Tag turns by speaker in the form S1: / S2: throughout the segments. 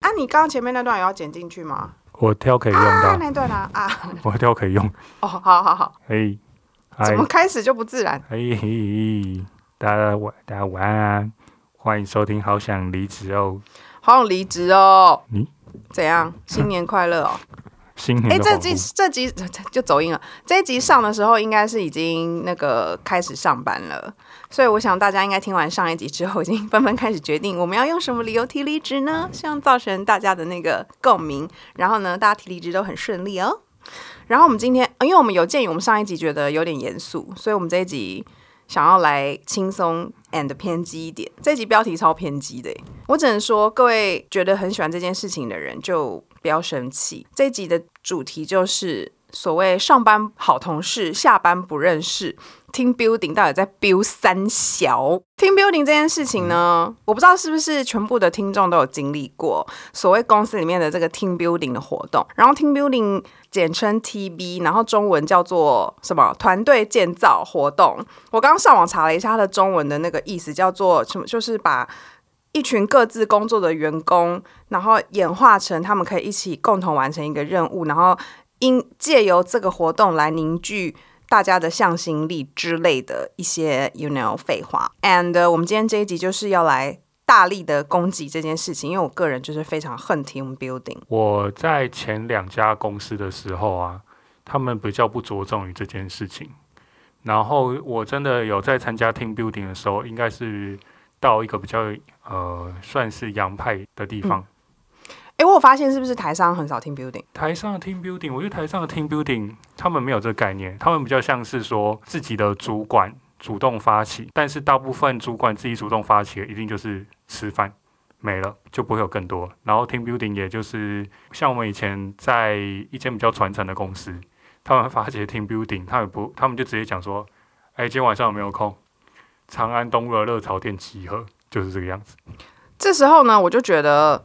S1: 啊你刚刚前面那段也要剪进去吗？
S2: 我挑可以用
S1: 啊，
S2: 到，
S1: 那段啊啊，
S2: 我挑可以 用，
S1: 哦，好好好，
S2: 嘿，嗨
S1: 怎，么开始就不自然？
S2: 嘿嘿嘿，大家晚，大家晚安，欢迎收听《好想离职哦》，
S1: 好想离职哦。
S2: 你
S1: 怎样？新年快乐哦！
S2: 新年
S1: 哎、
S2: 的
S1: 这
S2: 火
S1: 集
S2: 狐
S1: 这集就走音了。这一集上的时候，应该是已经那个开始上班了，所以我想大家应该听完上一集之后，已经纷纷开始决定我们要用什么理由提离职呢？希望造成大家的那个共鸣，然后呢，大家提离职都很顺利哦。然后我们今天，呃因为我们有鉴于我们上一集觉得有点严肃，所以我们这一集想要来轻松 and 偏激一点。这一集标题超偏激的耶，欸我只能说，各位觉得很喜欢这件事情的人就不要生气。这一集的主题就是所谓上班好同事，下班不认识。Team building 到底在 build 三小？Team building 这件事情呢，我不知道是不是全部的听众都有经历过所谓公司里面的这个 team building 的活动。然后 team building 简称 TB，然后中文叫做什么？团队建造活动。我刚上网查了一下它的中文的那个意思，叫做什么？就是把一群各自工作的员工，然后演化成他们可以一起共同完成一个任务，然后因借由这个活动来凝聚大家的向心力之类的一些 you know 废话。And、呃我们今天这一集就是要来大力的攻击这件事情，因为我个人就是非常恨 team building。
S2: 我在前两家公司的时候啊，他们比较不着重于这件事情。然后我真的有在参加 team building 的时候，应该是到一个比较呃，算是洋派的地方。
S1: 诶，我有发现是不是台商很少 team building？
S2: 台上的 team building，我觉得台上的 team building 他们没有这个概念，他们比较像是说自己的主管主动发起，但是大部分主管自己主动发起的一定就是吃饭没了，就不会有更多。然后 team building 也就是像我们以前在一间比较传承的公司，他们发起的 team building，他们不，他们就直接讲说，哎，今天晚上有没有空？长安东路的热潮店集合，就是这个样子。
S1: 这时候呢，我就觉得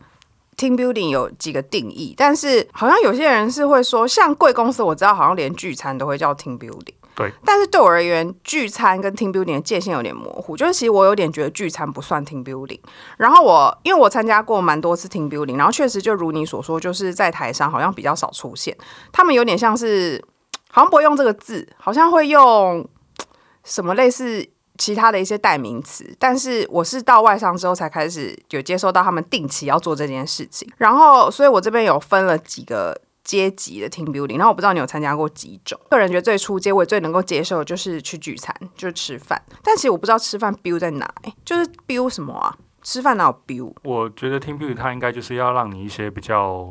S1: team building 有几个定义，但是好像有些人是会说，像贵公司，我知道好像连聚餐都会叫 team building。
S2: 对，
S1: 但是对我而言，聚餐跟 team building 的界限有点模糊，就是其实我有点觉得聚餐不算 team building。然后我因为我参加过蛮多次 team building，然后确实就如你所说，就是在台上好像比较少出现，他们有点像是好像不会用这个字，好像会用什么类似其他的一些代名词，但是我是到外商之后才开始有接收到他们定期要做这件事情，然后所以我这边有分了几个。阶级的 team building，然后我不知道你有参加过几种。个人觉得最初阶，我也最能够接受的就是去聚餐，就是吃饭。但其实我不知道吃饭 build 在哪、欸就是 build 什么啊？吃饭哪有 build？
S2: 我觉得 team building 它应该就是要让你一些比较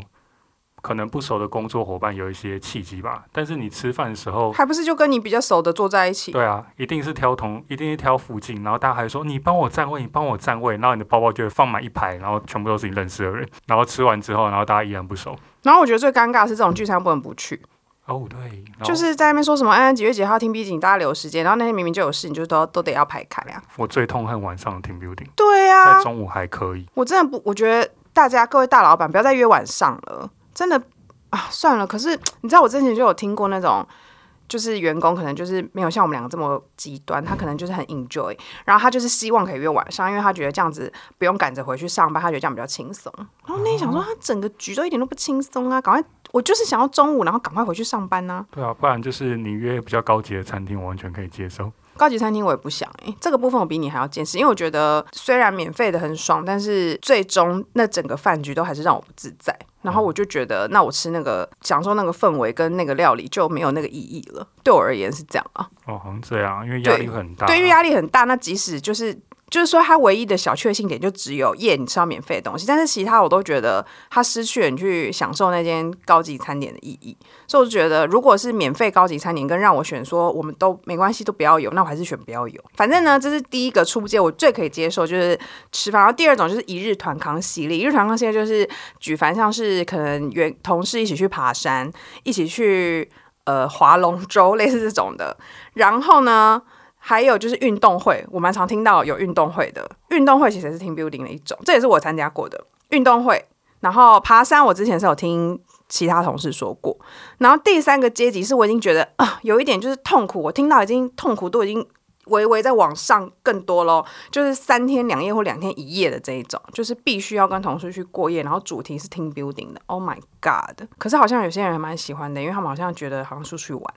S2: 可能不熟的工作伙伴有一些契机吧。但是你吃饭的时候，
S1: 还不是就跟你比较熟的坐在一起？
S2: 对啊，一定是挑同，一定是挑附近，然后大家还说你帮我占位，你帮我占位，然后你的包包就会放满一排，然后全部都是你认识的人，然后吃完之后，然后大家依然不熟。
S1: 然后我觉得最尴尬的是这种聚餐不能不去，
S2: 哦，对，然后
S1: 就是在那边说什么，哎，几月几号听 B 警，大家留时间，然后那天明明就有事，你就都都得要排开啊。
S2: 我最痛恨晚上的 team building，
S1: 对啊
S2: 在，中午还可以，
S1: 我真的不，我觉得大家各位大老板不要再约晚上了，真的啊，算了。可是你知道，我之前就有听过那种。就是员工可能就是没有像我们两个这么极端，他可能就是很 enjoy，然后他就是希望可以约晚上，因为他觉得这样子不用赶着回去上班，他觉得这样比较轻松。然后那天想说，他整个局都一点都不轻松啊，赶快，我就是想要中午，然后赶快回去上班呐、
S2: 对啊，不然就是你约比较高级的餐厅，我完全可以接受。
S1: 高级餐厅我也不想哎、这个部分我比你还要坚持，因为我觉得虽然免费的很爽，但是最终那整个饭局都还是让我不自在。然后我就觉得，那我吃那个享受那个氛围跟那个料理就没有那个意义了。对我而言是这样啊，
S2: 哦，好像这样，因为压力会很大、
S1: 对，因为压力很大。那即使就是就是说，它唯一的小确幸点就只有耶，你吃到免费的东西，但是其他我都觉得它失去了你去享受那间高级餐点的意义。所以我就觉得，如果是免费高级餐点跟让我选说我们都没关系都不要有，那我还是选不要有。反正呢，这是第一个初阶，我最可以接受就是吃饭。然后第二种就是一日团康系列，一日团康系列就是举凡像是可能员同事一起去爬山，一起去呃划龙舟，类似这种的。然后呢，还有就是运动会，我蛮常听到有运动会的。运动会其实是 team building 的一种，这也是我参加过的运动会。然后爬山，我之前是有听其他同事说过。呃然后第三个阶级是我已经觉得啊、有一点就是痛苦，我听到已经痛苦都已经微微再往上更多喽，就是三天两夜或两天一夜的这一种，就是必须要跟同事去过夜，然后主题是 team building 的。Oh my god！可是好像有些人还蛮喜欢的，因为他们好像觉得好像出去玩，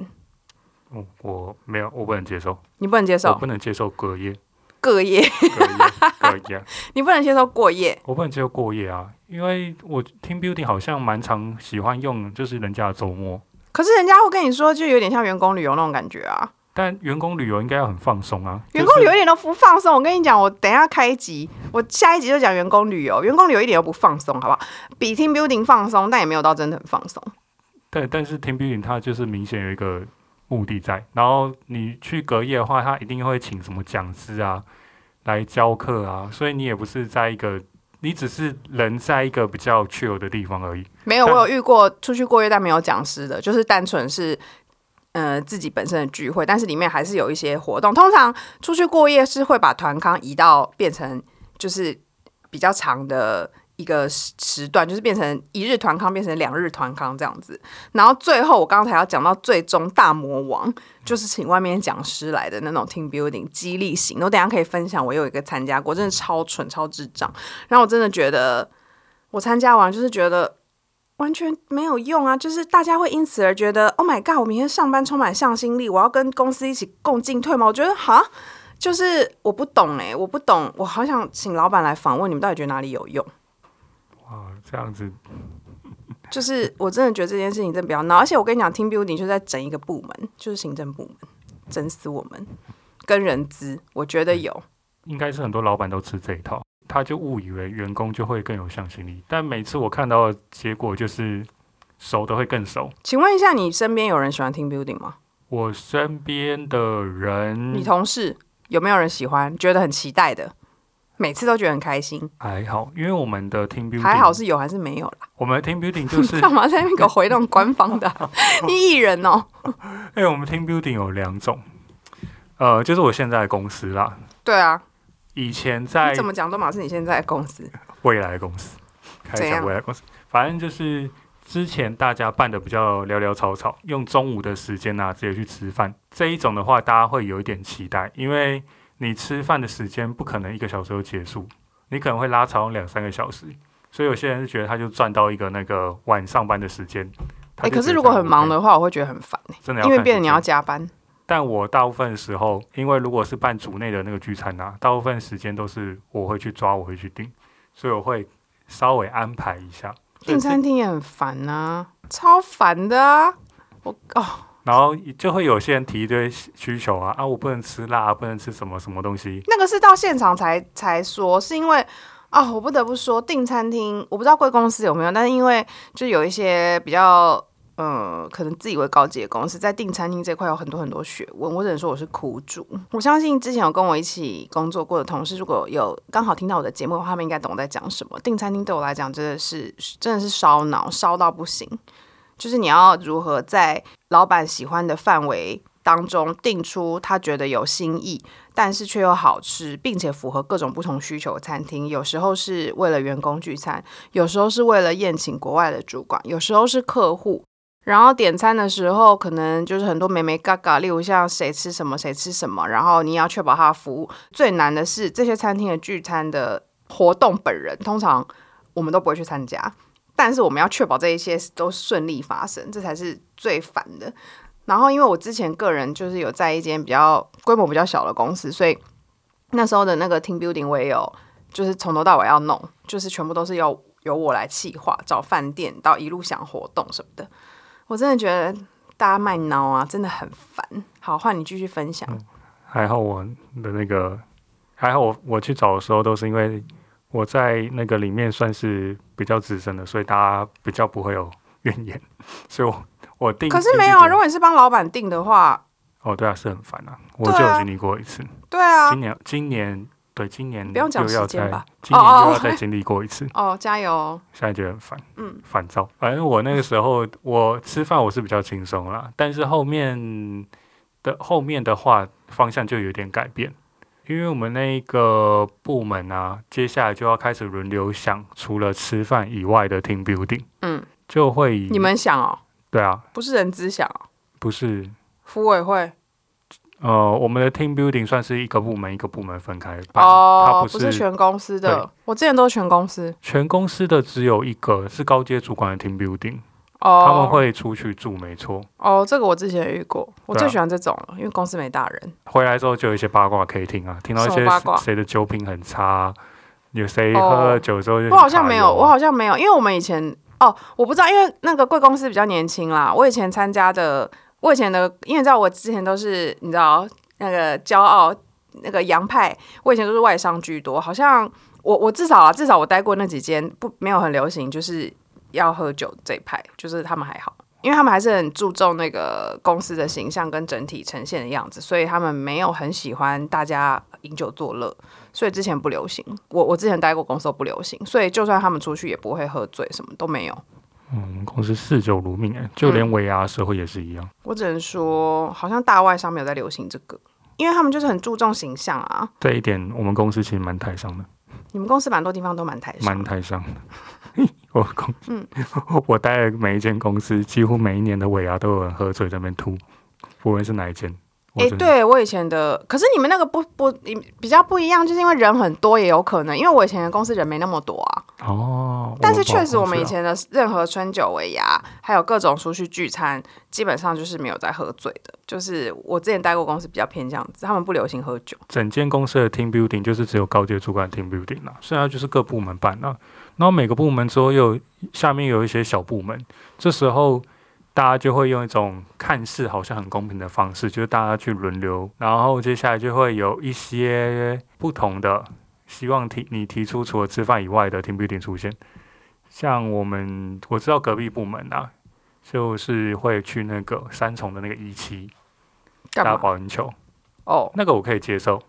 S2: 嗯，我没有，我不能接受，
S1: 你不能接
S2: 我
S1: 受
S2: 哦不能接受隔夜，
S1: 隔夜，
S2: 隔夜，隔夜，
S1: 你不能接受过夜。
S2: 我不能接受过夜啊，因为我听 building 好像蛮常喜欢用，就是人家的周末，
S1: 可是人家会跟你说，就有点像员工旅游那种感觉啊。
S2: 但员工旅游应该要很放松啊，
S1: 员工旅
S2: 就
S1: 游
S2: 是
S1: 一点都不放松，我跟你讲，我等一下开一集，我下一集就讲员工旅游。员工旅游一点都不放松，好不好？比 team building 放松，但也没有到真的很放松。
S2: 对，但是 team building 它就是明显有一个目的在，然后你去隔夜的话，他一定会请什么讲师啊来教课啊，所以你也不是在一个，你只是人在一个比较 chill 的地方而已。
S1: 没有，
S2: 但
S1: 我有遇过出去过夜但没有讲师的，就是单纯是。呃，自己本身的聚会，但是里面还是有一些活动。通常出去过夜是会把团康移到变成就是比较长的一个时时段，就是变成一日团康变成两日团康这样子。然后最后我刚才要讲到最终大魔王，就是请外面讲师来的那种 team building 激励型。我等一下可以分享，我有一个参加过，真的超蠢超智障。然后我真的觉得我参加完就是觉得完全没有用啊！就是大家会因此而觉得，Oh my god，我明天上班充满向心力，我要跟公司一起共进退吗？我觉得哈，就是我不懂哎、我不懂，我好想请老板来访问你们到底觉得哪里有用？
S2: 哇，这样子
S1: 就是我真的觉得这件事情真的不要闹，而且我跟你讲，team building 就在整一个部门，就是行政部门，整死我们跟人资，我觉得有。
S2: 应该是很多老板都吃这一套，他就误以为员工就会更有向心力，但每次我看到的结果就是熟的会更熟。
S1: 请问一下，你身边有人喜欢 team building 吗？
S2: 我身边的人
S1: 你同事有没有人喜欢，觉得很期待的，每次都觉得很开心？
S2: 还好，因为我们的 team building
S1: 还好是有还是没有啦？
S2: 我们的 team building 就 是
S1: 干嘛在那边给我回那种官方 的啊、你艺人哦？
S2: 哎、我们 team building 有两种，呃，就是我现在的公司啦，
S1: 对啊，
S2: 以前在
S1: 你怎么讲都马是你现在的公司。
S2: 未来的公司，开始
S1: 怎
S2: 讲
S1: 样
S2: 未来公司，反正就是之前大家办的比较潦潦草草，用中午的时间啊直接去吃饭这一种的话，大家会有一点期待，因为你吃饭的时间不可能一个小时就结束，你可能会拉长两三个小时，所以有些人是觉得他就赚到一个那个晚上班的时间。
S1: 哎、
S2: 哎、
S1: 可是如果很忙，的话，我会觉得很烦、欸、
S2: 真的要
S1: 因为
S2: 看
S1: 变
S2: 时
S1: 得你
S2: 间
S1: 要加班。
S2: 但我大部分时候，因为如果是办组内的那个聚餐啊，大部分时间都是我会去抓，我会去订，所以我会稍微安排一下。
S1: 订餐厅也很烦呐、超烦的啊！我哦，
S2: 然后就会有些人提一堆需求啊，啊，我不能吃辣，不能吃什么什么东西。
S1: 那个是到现场才才说，是因为啊、我不得不说订餐厅，我不知道贵公司有没有，但是因为就有一些比较。嗯，可能自以为高级的公司在订餐厅这块有很多很多学问，我只能说我是苦主。我相信之前有跟我一起工作过的同事，如果有刚好听到我的节目的话，他们应该懂我在讲什么。订餐厅对我来讲真的是真的是烧脑，烧到不行。就是你要如何在老板喜欢的范围当中定出他觉得有新意，但是却又好吃，并且符合各种不同需求的餐厅。有时候是为了员工聚餐，有时候是为了宴请国外的主管，有时候是客户。然后点餐的时候，可能就是很多美眉嘎嘎，例如像谁吃什么谁吃什么，然后你也要确保他的服务。最难的是这些餐厅的聚餐的活动本人，通常我们都不会去参加，但是我们要确保这一些都顺利发生，这才是最烦的。然后因为我之前个人就是有在一间比较规模比较小的公司，所以那时候的那个 team building 我也有，就是从头到尾要弄，就是全部都是要由我来企划，找饭店到一路想活动什么的。我真的觉得大家卖孬啊，真的很烦。好，换你继续分享。
S2: 嗯还好我的那个，还好我我去找的时候都是因为我在那个里面算是比较资深的，所以大家比较不会有怨言， 所以我我定
S1: 可是没有啊，如
S2: 果
S1: 果你是帮老板定的话，
S2: 哦对啊是很烦啊，我
S1: 对啊
S2: 就有经历过一次。
S1: 对啊
S2: 今，年，今年对，今年
S1: 不用讲
S2: 又要
S1: 时间
S2: 再
S1: 吧
S2: 今年
S1: 哦哦
S2: 又要再经历过一次，
S1: 哦，加油哦。
S2: 现在觉得很烦，
S1: 嗯，
S2: 烦躁。反正我那个时候，我吃饭我是比较轻松啦，但是后面的后面的话方向就有点改变，因为我们那一个部门啊，接下来就要开始轮流想，除了吃饭以外的 team building，
S1: 嗯，
S2: 就会以
S1: 你们想哦，
S2: 对啊，
S1: 不是人资想哦，
S2: 不是
S1: 服委会
S2: 呃，我们的 team building 算是一个部门一个部门分开办，它
S1: 哦，
S2: 不
S1: 不是全公司的
S2: 对，
S1: 我之前都是全公司。
S2: 全公司的只有一个是高阶主管的 team building，、
S1: 哦，
S2: 他们会出去住，没错。
S1: 哦，这个我之前也遇过，我
S2: 对啊
S1: 最喜欢这种了，因为公司没大人。
S2: 回来之后就有一些八卦可以听啊，听到一
S1: 什
S2: 些
S1: 么八卦
S2: 谁的酒品很差啊，有谁
S1: 哦
S2: 喝了酒之后就、
S1: 我好像没有，
S2: 啊
S1: 我好像没有，因为我们以前哦，我不知道，因为那个贵公司比较年轻啦。我以前参加的，我以前的，因为你知道我之前都是你知道那个骄傲那个洋派，我以前都是外商居多，好像我我至少啊，至少我待过那几间不没有很流行，就是要喝酒这一派，就是他们还好。因为他们还是很注重那个公司的形象跟整体呈现的样子，所以他们没有很喜欢大家饮酒作乐。所以之前不流行。我我之前待过公司都不流行，所以就算他们出去也不会喝醉，什么都没有。
S2: 嗯，公司嗜酒如命、欸，就连维亚社会也是一样。
S1: 我只能说，好像大外商没有在流行这个，因为他们就是很注重形象啊。
S2: 这一点我们公司其实蛮台商的，
S1: 你们公司蛮多地方都蛮台商
S2: 蛮，台商的。 我公，
S1: 嗯
S2: 我待的每一间公司，几乎每一年的尾牙都有人喝醉在那边吐，不论是哪一间。我
S1: 哎、
S2: 真的，
S1: 对我以前的，可是你们那个不不你比较不一样，就是因为人很多也有可能，因为我以前的公司人没那么多啊。
S2: 哦，
S1: 但是
S2: 不好
S1: 确实，我们
S2: 公
S1: 以
S2: 司啊
S1: 前的任何春酒尾牙，还有各种出去聚餐，基本上就是没有在喝醉的。就是我之前待过公司比较偏这样子，他们不流行喝酒。
S2: 整间公司的 team building 就是只有高阶主管 team building 啦，剩下就是各部门办啦。然后每个部门之后又有下面有一些小部门，这时候大家就会用一种看似好像很公平的方式，就是大家去轮流，然后接下来就会有一些不同的希望提你提出除了吃饭以外的 team building 出现。像我们我知道隔壁部门啊，就是会去那个三重的那个一期
S1: 干
S2: 打
S1: 嘛？
S2: 保龄球。
S1: 哦，
S2: 那个我可以接受，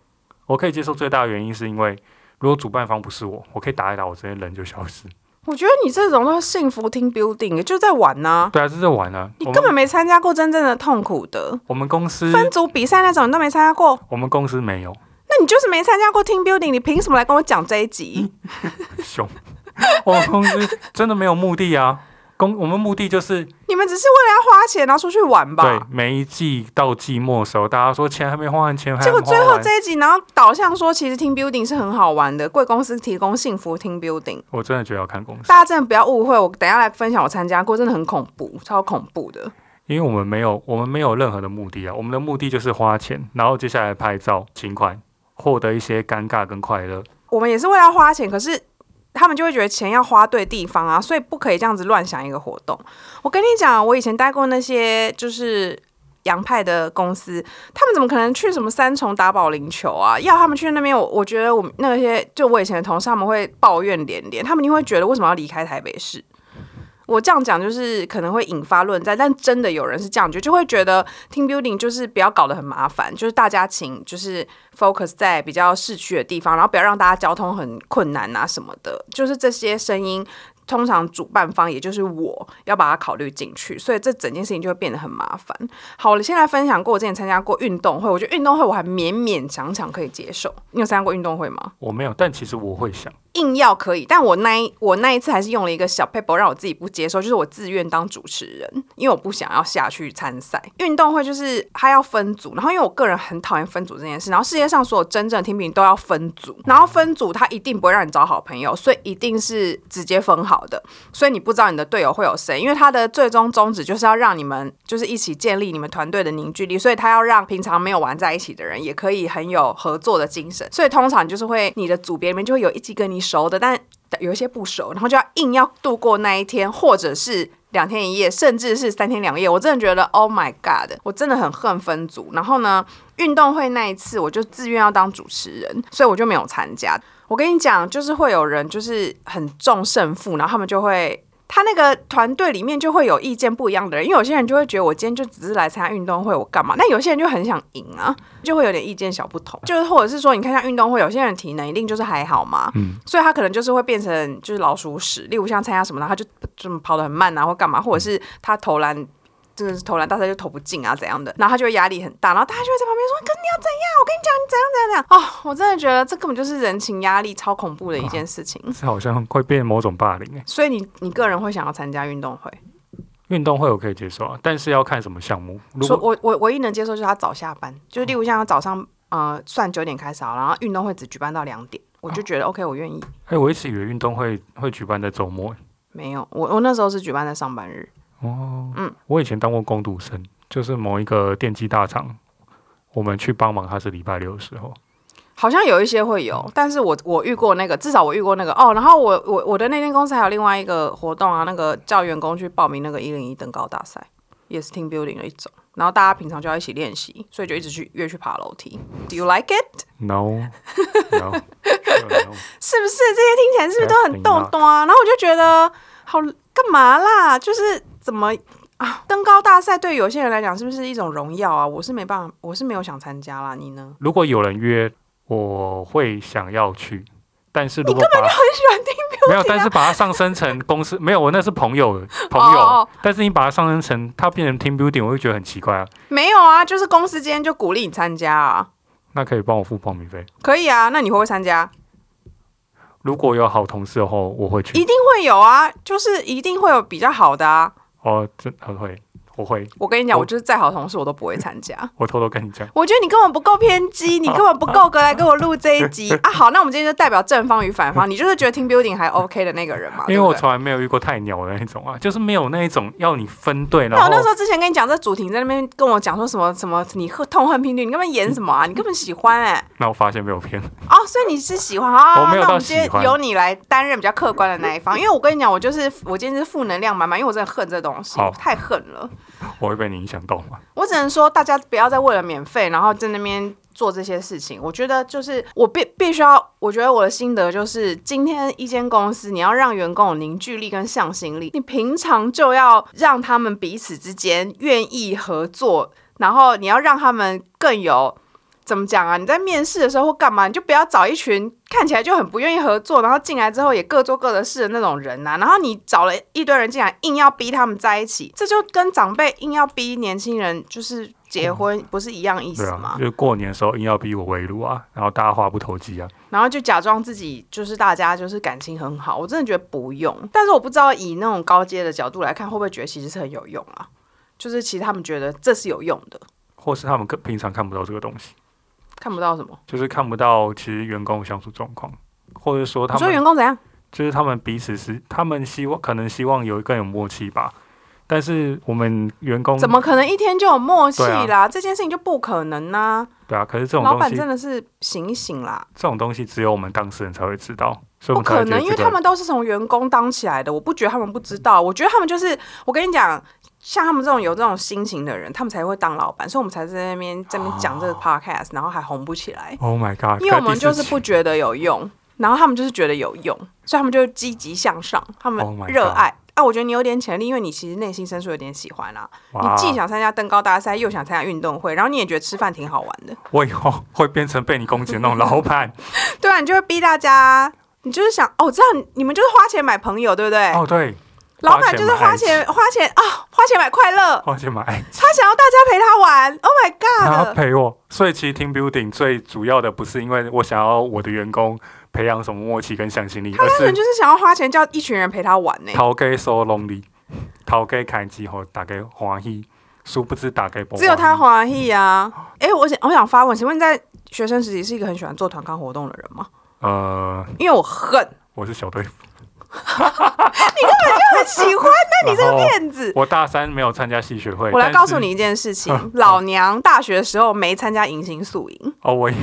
S2: 我可以接受最大的原因是因为，如果主办方不是我，我可以打一打，我直接人就消失。
S1: 我觉得你这种都是幸福 team building，就在玩呐、
S2: 对啊，这就完了。
S1: 你
S2: 我
S1: 根本
S2: 们
S1: 没参加过真正的痛苦的
S2: 我们公司，
S1: 分组比赛那种，你都没参加过，
S2: 我们公司没有
S1: 那你就是没参加过 team building，你凭什么来跟我讲这一集？
S2: 嗯凶， 我们公司真的没有目的啊。公我们目的就是
S1: 你们只是为了要花钱然后出去玩
S2: 对
S1: 吧？
S2: 每一季到季末的时候，大家说钱还没花完，钱还
S1: 结
S2: 没
S1: 果
S2: 花
S1: 最后
S2: 完。
S1: 这一集，然后导向说其实 team building 是很好玩的，贵公司提供幸福 team building。
S2: 我真的觉得要看公司，
S1: 大家真的不要误会，我等一下来分享我参加过，真的很恐怖，超恐怖的。
S2: 因为我们没有我们没有任何的目的啊，我们的目的就是花钱，然后接下来拍照、请款，获得一些尴尬跟快乐。
S1: 我们也是为了花钱，可是他们就会觉得钱要花对地方啊，所以不可以这样子乱想一个活动。我跟你讲，我以前待过那些就是洋派的公司，他们怎么可能去什么三重打保龄球啊？要他们去那边，我我觉得我们那些就我以前的同事，他们会抱怨连连，他们一定会觉得为什么要离开台北市。我这样讲就是可能会引发论战，但真的有人是这样觉得，就会觉得 team building 就是不要搞得很麻烦，就是大家请就是 focus 在比较市区的地方，然后不要让大家交通很困难啊什么的，就是这些声音。通常主办方也就是我要把它考虑进去，所以这整件事情就会变得很麻烦。好，我先来分享过我之前参加过运动会，我觉得运动会我还勉勉强强可以接受。你有参加过运动会吗？
S2: 我没有，但其实我会想。
S1: 硬要可以，但我那一我那一次还是用了一个小 paper 让我自己不接受，就是我自愿当主持人，因为我不想要下去参赛。运动会就是它要分组，然后因为我个人很讨厌分组这件事，然后世界上所有真正的听评都要分组，然后分组它一定不会让你找好朋友，所以一定是直接分好的，所以你不知道你的队友会有谁，因为它的最终宗旨就是要让你们就是一起建立你们团队的凝聚力，所以它要让平常没有玩在一起的人也可以很有合作的精神，所以通常就是会你的组别里面就会有一几个你熟的，但有一些不熟，然后就要硬要度过那一天，或者是。两天一夜，甚至是三天两夜，我真的觉得，Oh my God！我真的很恨分组。然后呢，运动会那一次，我就自愿要当主持人，所以我就没有参加。我跟你讲，就是会有人就是很重胜负，然后他们就会。他那个团队里面就会有意见不一样的人，因为有些人就会觉得我今天就只是来参加运动会，我干嘛？那有些人就很想赢啊，就会有点意见小不同，就是或者是说，你看像运动会，有些人体能一定就是还好嘛，
S2: 嗯
S1: 所以他可能啊就是会变成就是老鼠屎，例如像参加什么的，他就这么跑得很慢啊，或干嘛，或者是他投篮真的是投篮大赛就投不进啊怎样的，然后他就会压力很大，然后大家就会在旁边说：“跟你要怎样？我跟你讲，你怎样怎样怎样。”哦，我真的觉得这根本就是人情压力超恐怖的一件事情。
S2: 这好像会变某种霸凌哎、
S1: 所以你你个人会想要参加运动会？
S2: 运动会我可以接受啊，但是要看什么项目。如
S1: 说
S2: 果
S1: 我我唯一能接受就是他早下班，就是例如像他早上呃算九点开始好，然后运动会只举办到两点，我
S2: 哦
S1: 就觉得 OK，我愿意。
S2: 哎、我一直以为运动会会举办在周末、
S1: 没有，我我那时候是举办在上班日，
S2: 哦，
S1: 嗯
S2: 我以前当过工读生，就是某一个电机大厂，我们去帮忙，他是礼拜六的时候。
S1: 好像有一些会有，但是我我遇过那个，至少我遇过那个哦。然后我我我的那间公司还有另外一个活动啊，那个叫员工去报名那个一零一登高大赛，也是 team building 的一种。然后大家平常就要一起练习，所以就一直去约去爬楼梯。Do you like it？
S2: No，No，no,
S1: 是不是这些听起来是不是都很
S2: Definitely
S1: 逗
S2: not
S1: 端啊？然后我就觉得好干嘛啦？就是怎么啊？登高大赛对有些人来讲是不是一种荣耀啊？我是没办法，我是没有想参加啦。你呢？
S2: 如果有人约，我会想要去，但是如果把
S1: 很喜欢听啊
S2: 没有，但是把它上升成公司，没有，我那是朋友朋友，
S1: 哦哦
S2: 但是你把它上升成它变成 team building，我会觉得很奇怪啊。
S1: 没有啊？就是公司今天就鼓励你参加啊，
S2: 那可以帮我付报名费，
S1: 可以啊。那你会不会参加？
S2: 如果有好同事的话，我会
S1: 一
S2: 去。
S1: 定会有啊，就是一定会有比较好的啊。
S2: 哦，真很会，我会，
S1: 我跟你讲，
S2: 我
S1: 我就是再好同事我都不会参加。
S2: 我偷偷跟你讲，
S1: 我觉得你根本不够偏 激，你根本不够格来跟我录这一集啊！好，那我们今天就代表正方与反方，你就是觉得听 building 还 OK 的那个人嘛？
S2: 因
S1: 对
S2: 为
S1: 不
S2: 我
S1: 对
S2: 从来没有遇过太鸟的那一种啊，就是没有那一种要你分队，然
S1: 那我
S2: 后
S1: 那时候之前跟你讲这主题，你在那边跟我讲说什么什么，你恨痛恨拼对，你根本演什么啊？你根本喜欢哎、
S2: 那我发现没有偏，
S1: 哦，所以你是喜欢啊？
S2: 我没有
S1: 那我
S2: 到
S1: 们今天
S2: 喜欢
S1: 由你来担任比较客观的那一方，因为我跟你讲，我就是我今天是负能量满满，因为我真的恨这东西，
S2: 好
S1: 我太恨了。
S2: 我会被你影响到嘛？
S1: 我只能说，大家不要再为了免费，然后在那边做这些事情。我觉得就是我必必须要，我觉得我的心得就是，今天一间公司你要让员工有凝聚力跟向心力，你平常就要让他们彼此之间愿意合作，然后你要让他们更有。怎么讲啊？你在面试的时候或干嘛，你就不要找一群看起来就很不愿意合作，然后进来之后也各做各的事的那种人呐、啊然后你找了一堆人进来，硬要逼他们在一起，这就跟长辈硬要逼年轻人就是结婚，不是一样意
S2: 嗯对
S1: 思
S2: 啊
S1: 吗，？
S2: 就是过年的时候硬要逼我围炉啊，然后大家话不投机啊，
S1: 然后就假装自己就是大家就是感情很好，我真的觉得不用。但是我不知道以那种高阶的角度来看，会不会觉得其实是很有用啊？就是其实他们觉得这是有用的，
S2: 或是他们更平常看不到这个东西，
S1: 看不到什么。
S2: 就是看不到其实员工的相处状况，或者说他
S1: 你说
S2: 们
S1: 员工怎样？
S2: 就是他们彼此是他们希望可能希望有更有默契吧，但是我们员工
S1: 怎么可能一天就有默契
S2: 对啊
S1: 啦？这件事情就不可能呐、
S2: 对啊？可是这种
S1: 老
S2: 东
S1: 板
S2: 西
S1: 真的是醒一醒啦，
S2: 这种东西只有我们当事人才会知道，所
S1: 不
S2: 以我们才
S1: 可
S2: 会觉
S1: 能，
S2: 得
S1: 因为
S2: 这
S1: 他
S2: 个
S1: 们都是从员工当起来的，我不觉得他们不知道，我觉得他们就是，我跟你讲，像他们这种有这种心情的人，他们才会当老板，所以我们才在那边在那边讲这个 podcast，、然后还红不起来，
S2: Oh my God，
S1: 因为我们就是
S2: 啊该第四
S1: 不觉得有用，然后他们就是觉得有用，所以他们就积极向上，他
S2: Oh
S1: 们
S2: my
S1: 热爱。啊，我觉得你有点潜力，因为你其实内心深处有点喜欢啊。
S2: 集
S1: 你既
S2: 哇，
S1: 想参加登高大赛，又想参加运动会，然后你也觉得吃饭挺好玩的。
S2: 我以后会变成被你攻击的那种 老板
S1: 对啊，你就会逼大家，你就是想哦，我知道你你们就是花钱买朋友，对不对？
S2: 哦，对，
S1: 老板就是花钱花钱啊、花钱买快乐，
S2: 花钱买爱 情，
S1: 他想要大家陪他玩。Oh
S2: 然后
S1: my god！
S2: 陪我，所以其实 team building 最主要的不是因为我想要我的员工培养什么默契跟向心力，
S1: 他
S2: 而
S1: 单纯
S2: 是
S1: 就是想要花钱叫一群人陪他玩呢、
S2: 头家 so lonely，头家开机后大家欢喜，殊不知大家不
S1: 只有他
S2: 欢喜
S1: 欢喜啊！哎、我想我想发问，请问你在学生时期是一个很喜欢做团康活动的人吗？
S2: 呃，
S1: 因为我恨，
S2: 我是小队服，
S1: 很喜欢，那你这个骗子！
S2: 我大三没有参加戏学会，
S1: 我来
S2: 哦但
S1: 告诉
S2: 是
S1: 你一件事 情，老娘大学的时候没参加迎新宿营，
S2: 哦，我也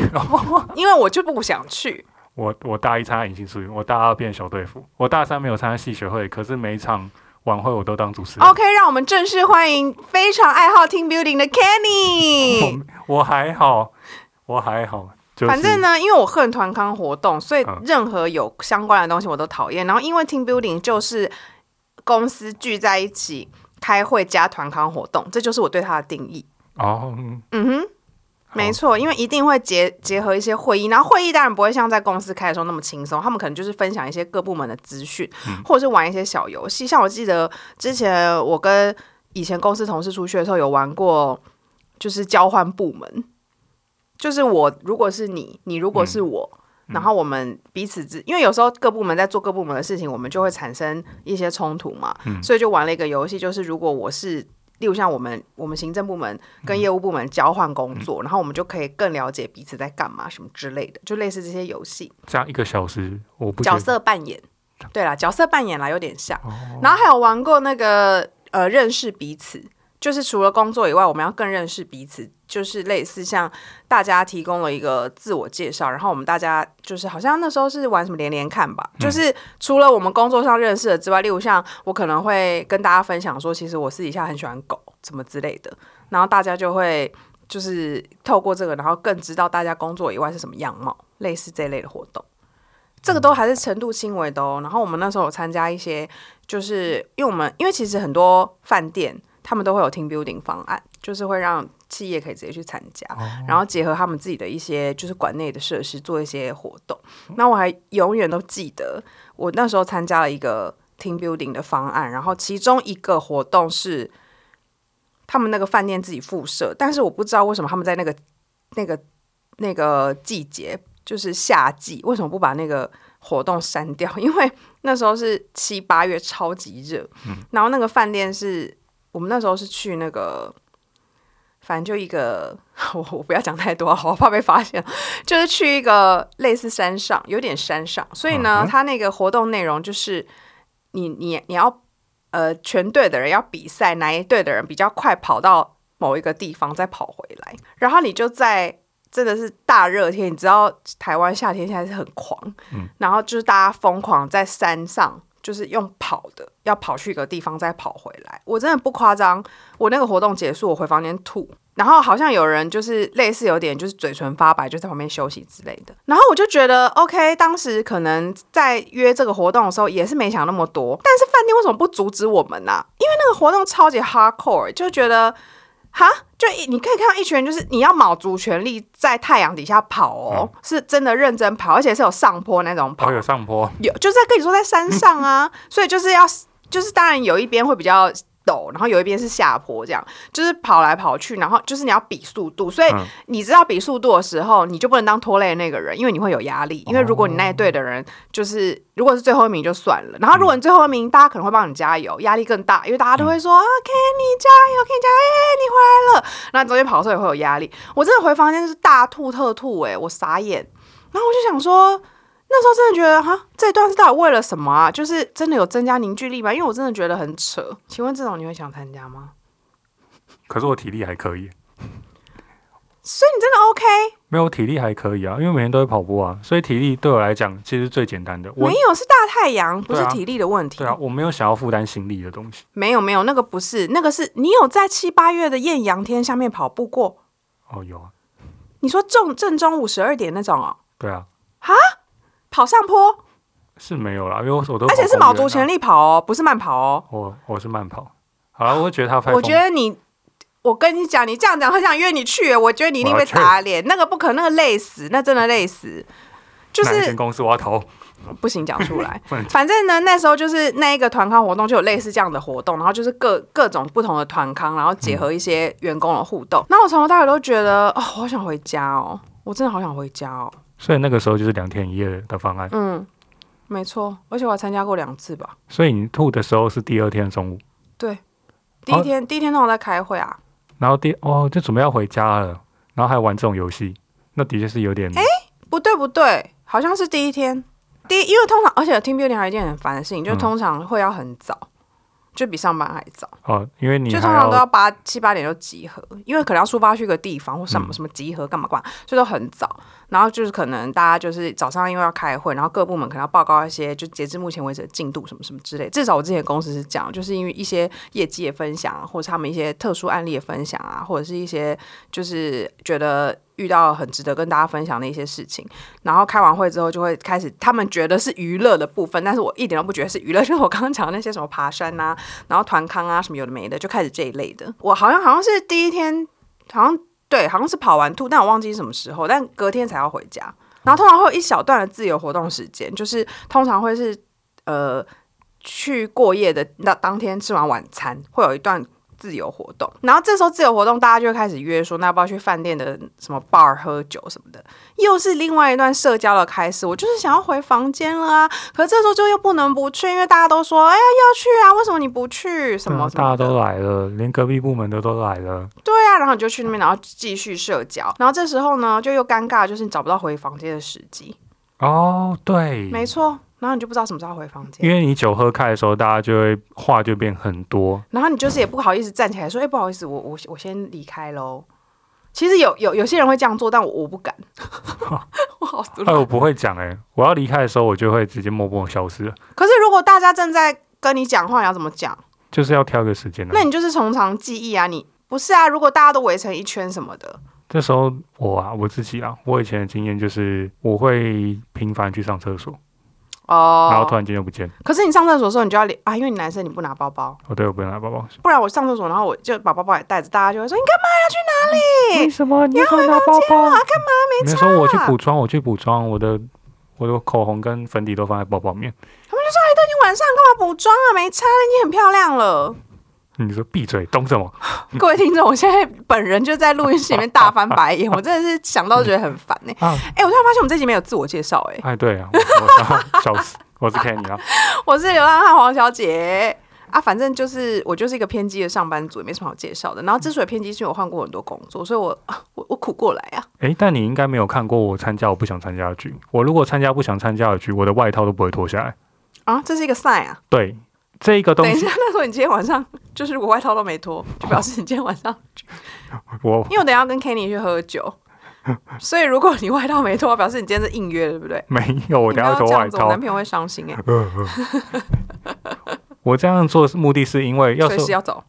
S1: 因为我就不想去。
S2: 我我大一参加隐形术语，我大二变小队服，我大三没有参加戏学会，可是每一场晚会我都当主持人。
S1: OK，让我们正式欢迎非常爱好 team building 的 Kenny。
S2: 我我还好，我还好， 就是
S1: 反正呢，因为我恨团康活动，所以
S2: 嗯
S1: 任何有相关的东西我都讨厌。然后因为 team building 就是公司聚在一起开会加团康活动，这就是我对它的定义。
S2: 哦，嗯
S1: 嗯哼，
S2: 好
S1: 没错，因为一定会结结合一些会议，然后会议当然不会像在公司开的时候那么轻松，他们可能就是分享一些各部门的资讯，或者是玩一些小游戏。像我记得之前我跟以前公司同事出去的时候，有玩过就是交换部门，就是我如果是你，你如果是我。然后我们彼此之，因为有时候各部门在做各部门的事情，我们就会产生一些冲突嘛，所以就玩了一个游戏，就是如果我是。例如像我们我们行政部门跟业务部门交换工作，然后我们就可以更了解彼此在干嘛什么之类的，就类似这些游戏
S2: 这样一个小时，我不觉
S1: 角
S2: 得哦
S1: 色扮演。对啦，角色扮演啦有点像，然后还有玩过那个呃认识彼此，就是除了工作以外，我们要更认识彼此，就是类似像大家提供了一个自我介绍，然后我们大家就是好像那时候是玩什么连连看吧，
S2: 嗯
S1: 就是除了我们工作上认识的之外，例如像我可能会跟大家分享说，其实我私底下很喜欢狗什么之类的，然后大家就会就是透过这个，然后更知道大家工作以外是什么样貌，类似这类的活动。这个都还是程度轻微的哦。然后我们那时候有参加一些，就是因为我们因为其实很多饭店他们都会有 team building 方案，就是会让企业可以直接去参加，然后结合他们自己的一些就是馆内的设施做一些活动。那我还永远都记得，我那时候参加了一个 team building 的方案，然后其中一个活动是他们那个饭店自己附设，但是我不知道为什么他们在那个那个那个季节。就是夏季，为什么不把那个活动删掉， 因为那时候是七八月，超级热。然后那个饭店是我们那时候是去那个，反正就一个， 我我不要讲太多啊，我怕被发现。就是去一个类似山上，有点山上，所以呢，
S2: 嗯哼
S1: 它那个活动内容就是你你你要呃，全队的人要比赛，哪一队的人比较快跑到某一个地方，再跑回来，然后你就在。真的是大热天，你知道台湾夏天现在是很狂，然后就是大家疯狂在山上，就是用跑的，要跑去一个地方再跑回来。我真的不夸张，我那个活动结束，我回房间吐，然后好像有人就是类似有点就是嘴唇发白，就在旁边休息之类的。然后我就觉得 OK，当时可能在约这个活动的时候也是没想那么多，但是饭店为什么不阻止我们呢、啊因为那个活动超级 hardcore，就欸觉得。哈，就一你可以看到一群人，就是你要卯足全力在太阳底下跑哦，是真的认真跑，而且是有上坡那种跑
S2: 哦，有上坡，
S1: 有就是在跟你说在山上啊，所以就是要就是当然有一边会比较陡，然后有一边是下坡，这样就是跑来跑去，然后就是你要比速度，所以
S2: 嗯
S1: 你知道比速度的时候，你就不能当拖累的那个人，因为你会有压力，因为如果你那一队的人就是如果是最后一名就算了，然后如果你最后一名，大家可能会帮你加油，压力更大，因为大家都会说、啊，Kenny 加油，Kenny 加油，哎、你回来了，那你中间跑的时候也会有压力，我真的回房间就是大吐特吐、哎，我傻眼，然后我就想说。那时候真的觉得哈，这段是到底为了什么啊？就是真的有增加凝聚力吗？因为我真的觉得很扯。请问这种你会想参加吗？
S2: 可是我体力还可以，
S1: 所以你真的 OK？
S2: 没有我体力还可以啊，因为每天都会跑步啊，所以体力对我来讲其实是最简单的。我
S1: 没有，是大太阳，不是
S2: 对啊
S1: 体力的问题。
S2: 对啊，我没有想要负担心力的东西。
S1: 没有没有，那个不是，那个是你有在七八月的艳阳天下面跑步过？
S2: 哦，有啊，
S1: 你说正正中午十二点那种哦，
S2: 对啊，
S1: 跑上坡，
S2: 是没有啦，因为我我都、
S1: 而且是卯足全
S2: 力。
S1: 力跑哦，不是慢跑哦。
S2: 啊我我是慢跑。好了，我觉得他太
S1: 我
S2: 疯
S1: 觉得你，我跟你讲，你这样讲，很想约你去，我觉得你一定
S2: 我
S1: 被
S2: 要去
S1: 打脸。那个不可能，那个累死，那真的累死。就
S2: 哪一
S1: 是
S2: 间公司我要投，
S1: 不行讲出来
S2: 不能。
S1: 反正呢，那时候就是那一个团康活动就有类似这样的活动，然后就是各各种不同的团康，然后结合一些员工的互动。那、我从头到尾都觉得，哦，我好想回家哦，我真的好想回家哦。
S2: 所以那个时候就是两天一夜的方案。
S1: 嗯，没错，而且我还参加过两次吧。
S2: 所以你吐的时候是第二天的中午，
S1: 对，第一
S2: 啊
S1: 天、第一天通常在开会啊，
S2: 然后第哦就准备要回家了，然后还玩这种游戏，那的确是有点
S1: 不对不对，好像是第一天。第一，因为通常而且 team building 还有一件很烦的事情，就
S2: 嗯
S1: 通常会要很早，就比上班还早。
S2: 哦，因为你
S1: 就
S2: 还
S1: 通常都
S2: 要
S1: 要八七八点就集合，因为可能要出发去个地方或什么
S2: 嗯
S1: 什么集合干嘛干嘛，所以都很早。然后就是可能大家就是早上因为要开会，然后各部门可能要报告一些就截至目前为止的进度什么什么之类。至少我之前公司是这样，就是因为一些业绩的分享啊，或者他们一些特殊案例的分享啊，或者是一些就是觉得。遇到很值得跟大家分享的一些事情，然后开完会之后就会开始，他们觉得是娱乐的部分，但是我一点都不觉得是娱乐，就是我刚刚讲的那些什么爬山呐、然后团康啊什么有的没的，就开始这一类的。我好像好像是第一天，好像对，好像是跑完吐，但我忘记是什么时候，但隔天才要回家。然后通常会有一小段的自由活动时间，就是通常会是呃去过夜的那当天吃完晚餐，会有一段自由活动，然后这时候自由活动大家就会开始约说，那要不要去饭店的什么 bar 喝酒什么的，又是另外一段社交的开始。我就是想要回房间了啊，可是这时候就又不能不去，因为大家都说，哎呀要去啊，为什么你不去？什么什
S2: 啊
S1: 么
S2: 大家
S1: 的
S2: 都来了，连隔壁部门的都来了，
S1: 对啊，然后你就去那边，然后继续社交。然后这时候呢，就又尴尬，就是你找不到回房间的时机。
S2: 哦，对，
S1: 没错，然后你就不知道什么时候回房间
S2: 因。为你酒喝开的时候，大家就会话就变很多，
S1: 然后你就是也不好意思站起来说：“哎、不好意思，我我我先离开喽。”其实有有有些人会这样做，但我我不 敢，我好怂。
S2: 哎，我不会讲哎、我要离开的时候，我就会直接默默消失了，
S1: 可是如果大家正在跟你讲话，你要怎么讲？
S2: 就是要挑一个时间的
S1: 那。你就是从长计议啊！你不是啊？如果大家都围成一圈什么的，
S2: 这时候我啊，我自己啊，我以前的经验就是，我会频繁去上厕所，然后突
S1: 哦，
S2: 然间就不见了。
S1: 可是你上厕所的时候，你就要连啊，因为你男生你不拿包包，
S2: 哦，对，我不能拿包包。
S1: 不然我上厕所，然后我就把包包也带着，大家就会说你干嘛哎
S2: 为什么你要拿嗯包包？干
S1: 啊
S2: 嘛？
S1: 没
S2: 你
S1: 差
S2: 说我去补妆，我去补妆，我的我的口红跟粉底都放在包包里面。
S1: 今天晚上干嘛补妆啊？没差了，你很漂亮了。
S2: 你说闭嘴，懂什么？
S1: 各位听众，我现在本人就在录音室里面大翻白眼，我真的是想到觉得很烦呢、
S2: 啊
S1: 哎、我突然发现我们这集没有自我介绍哎、
S2: 哎，对啊，我 我笑死，我是 Kenny 啊。
S1: 我是流浪汉黄小姐啊，反正就是我就是一个偏激的上班族，也没什么好介绍的。然后之所以偏激，是因为我换过很多工作，所以我我我苦过来啊。
S2: 哎，但你应该没有看过我参加我不想参加的局。我如果参加不想参加的局，我的外套都不会脱下来。
S1: 啊，这是一个 sign 啊！
S2: 对，这个东
S1: 等一
S2: 西
S1: 下，那时候你今天晚上就是如果外套都没脱，就表示你今天晚上，
S2: 我
S1: 因 为我等一下要跟 Kenny 去喝酒，所以如果你外套没脱，表示你今天是应约的，对不对？
S2: 没有，我
S1: 你不
S2: 等
S1: 要
S2: 下脱
S1: 这
S2: 外
S1: 样子，我
S2: 套
S1: 男。朋友会伤心哎、
S2: 我这样做是目的是因为， 要
S1: 随时
S2: 是
S1: 要走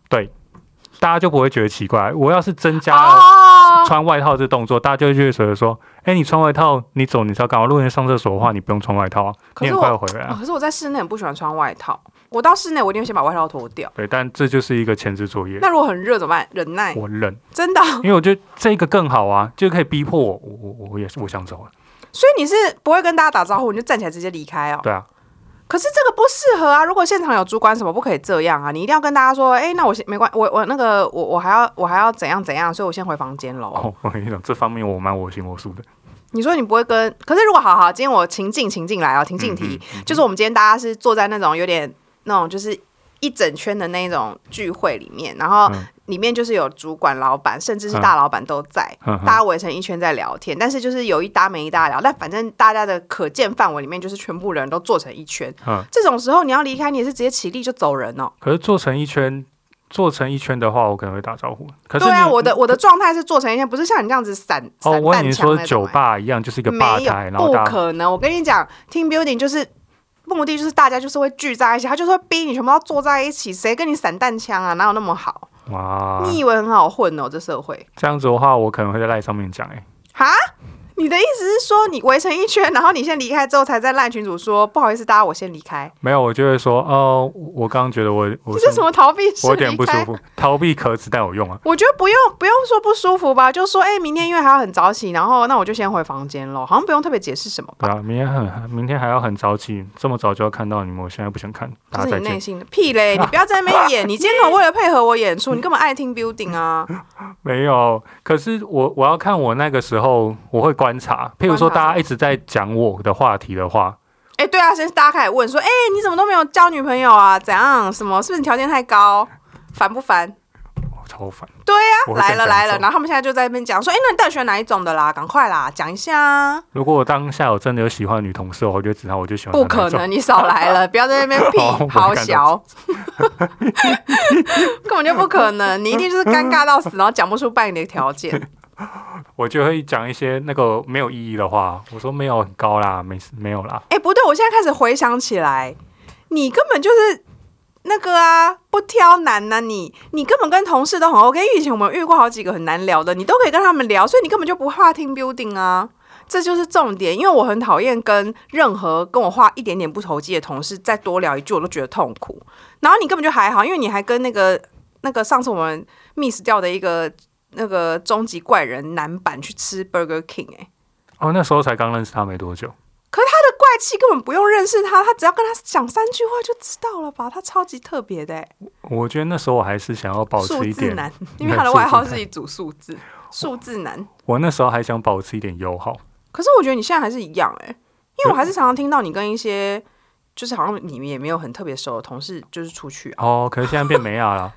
S2: 大家就不会觉得奇怪。我要是增加了
S1: 哦。
S2: 穿外套这动作，大家就会觉得说：“哎、你穿外套，你走你是要干嘛？如果你上厕所的话，你不用穿外套啊，
S1: 嗯可
S2: 你
S1: 是
S2: 很
S1: 我
S2: 快就回来
S1: 哦
S2: 啊。
S1: 可是我在室内很不喜欢穿外套，我到室内我一定会先把外套脱掉。
S2: 对，但这就是一个前置作业。
S1: 那如果很热怎么办？忍耐，
S2: 我忍，
S1: 真的。啊
S2: 因为我觉得这个更好啊，就可以逼迫我，我我我也是我想走了，
S1: 所以你是不会跟大家打招呼，你就站起来直接离开哦。
S2: 对啊，
S1: 可是这个不适合啊！如果现场有主管什么，不可以这样啊！你一定要跟大家说，哎、那我先没关，我我那个我我还要我还要怎样怎样，所以我先回房间喽。
S2: 哦，我跟你讲，这方面我蛮我行我素的，
S1: 你说你不会跟，可是如果好好，今天我情境情境来哦，情境
S2: 嗯
S1: 题、就是我们今天大家是坐在那种有点那种就是一整圈的那种聚会里面，然后
S2: 嗯
S1: 里面就是有主管、老板，甚至是大老板都在，大
S2: 嗯哼，
S1: 家围成一圈在聊天，但是就是有一搭没一搭聊，但反正大家的可见范围里面就是全部人都坐成一圈，
S2: 嗯
S1: 这种时候你要离开，你也是直接起立就走人哦。
S2: 可是做成一圈，做成一圈的话，我可能会打招呼。可是
S1: 对啊，
S2: 你
S1: 我的我的状态是做成一圈，不是像你这样子散散
S2: 哦，
S1: 弹
S2: 我
S1: 枪
S2: 跟你
S1: 那种
S2: 说
S1: 欸。
S2: 酒吧一样，就是一个吧台，然
S1: 没有
S2: 后
S1: 不
S2: 大家
S1: 可能。我跟你讲，team building 就是目的就是大家就是会聚在一起，他就是会逼你全部要坐在一起，谁跟你散弹枪啊？哪有那么好？
S2: 哇，
S1: 你以为很好混哦？这社会
S2: 这样子的话，我可能会在赖上面讲，哎，
S1: 哈？你的意思是说，你围成一圈，然后你先离开之后，才在烂群主说不好意思，大家我先离开，
S2: 没有，我就会说，哦，我刚刚觉得我我
S1: 这是
S2: 身
S1: 什么逃避式？
S2: 我有点不舒。服，逃避可耻但有用啊。
S1: 我觉得不用不用说不舒服吧，就说哎、明天因为还要很早起，然后那我就先回房间咯，好像不用特别解释什么吧
S2: 对。啊，明天很，明天还要很早起，这么早就要看到你们，我现在不想看，大
S1: 就
S2: 家
S1: 是你
S2: 再见
S1: 内。心的屁 嘞！你不要在那边演，你今天跟我为了配合我演出，你根本爱听 building 啊。
S2: 没有，可是我我要看我那个时候，我会观察，譬如说
S1: 观察
S2: 大家一直在讲我的话题的话，
S1: 哎、对啊，现在大家开始问说，哎、你怎么都没有交女朋友啊？怎样？什么？是不是你条件太高？烦不烦？
S2: 我哦超烦。
S1: 对啊
S2: 呀
S1: 来了来了，然后他们现在就在那边讲说，哎、那你到底喜欢哪一种的啦？赶快啦，讲一下 啊！
S2: 如果我当下有真的有喜欢的女同事，我就知道我就喜欢她
S1: 不
S2: 那
S1: 可
S2: 种。
S1: 能，你少来 了，不要在那边屁
S2: 好我
S1: 好
S2: 看到
S1: 小， 根本就不可能，你一定就是尴尬到死，然后讲不出半点条件。
S2: 我就会讲一些那个没有意义的话。我说没有很高啦，没事没有啦，
S1: 哎、不对，我现在开始回想起来，你根本就是那个啊，不挑男呐、你你根本跟同事都很 OK。因为以前我们遇过好几个很难聊的，你都可以跟他们聊，所以你根本就不怕听 building 啊。这就是重点，因为我很讨厌跟任何跟我话一点点不投机的同事再多聊一句，我都觉得痛苦。然后你根本就还好，因为你还跟那个那个上次我们 miss 掉的一个那个终极怪人男版去吃 Burger King 哎、
S2: 哦，那时候才刚认识她没多久，
S1: 怪气根本不用认识他，他只要跟他讲三句话就知道了吧？他超级特别的欸、
S2: 我觉得那时候我还是想要保
S1: 数
S2: 持一
S1: 字
S2: 点， 哦
S1: 男，因为他的外号是一组数字，数字男。
S2: 我那时候还想保持一点友好。
S1: 可是我觉得你现在还是一样哎、因为我还是常常听到你跟一些就是好像你们也没有很特别熟的同事就是出去啊。
S2: 哦，可是现在变美雅了，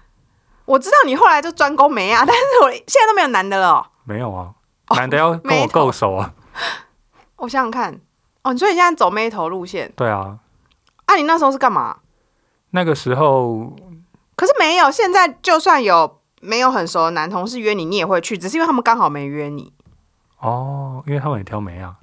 S1: 我知道你后来就专攻美啊， 但是我现在都没有男的了哦、
S2: 没有啊，男的要跟我
S1: 哦没头
S2: 够熟啊。
S1: 我想想看，哦，所以你现在走妹头路线
S2: 对啊，
S1: 啊？你那时候是干嘛？
S2: 那个时候
S1: 可是没有，现在就算有没有很熟的男同事约你，你也会去，只是因为他们刚好没约你。
S2: 哦，因为他们也挑美雅，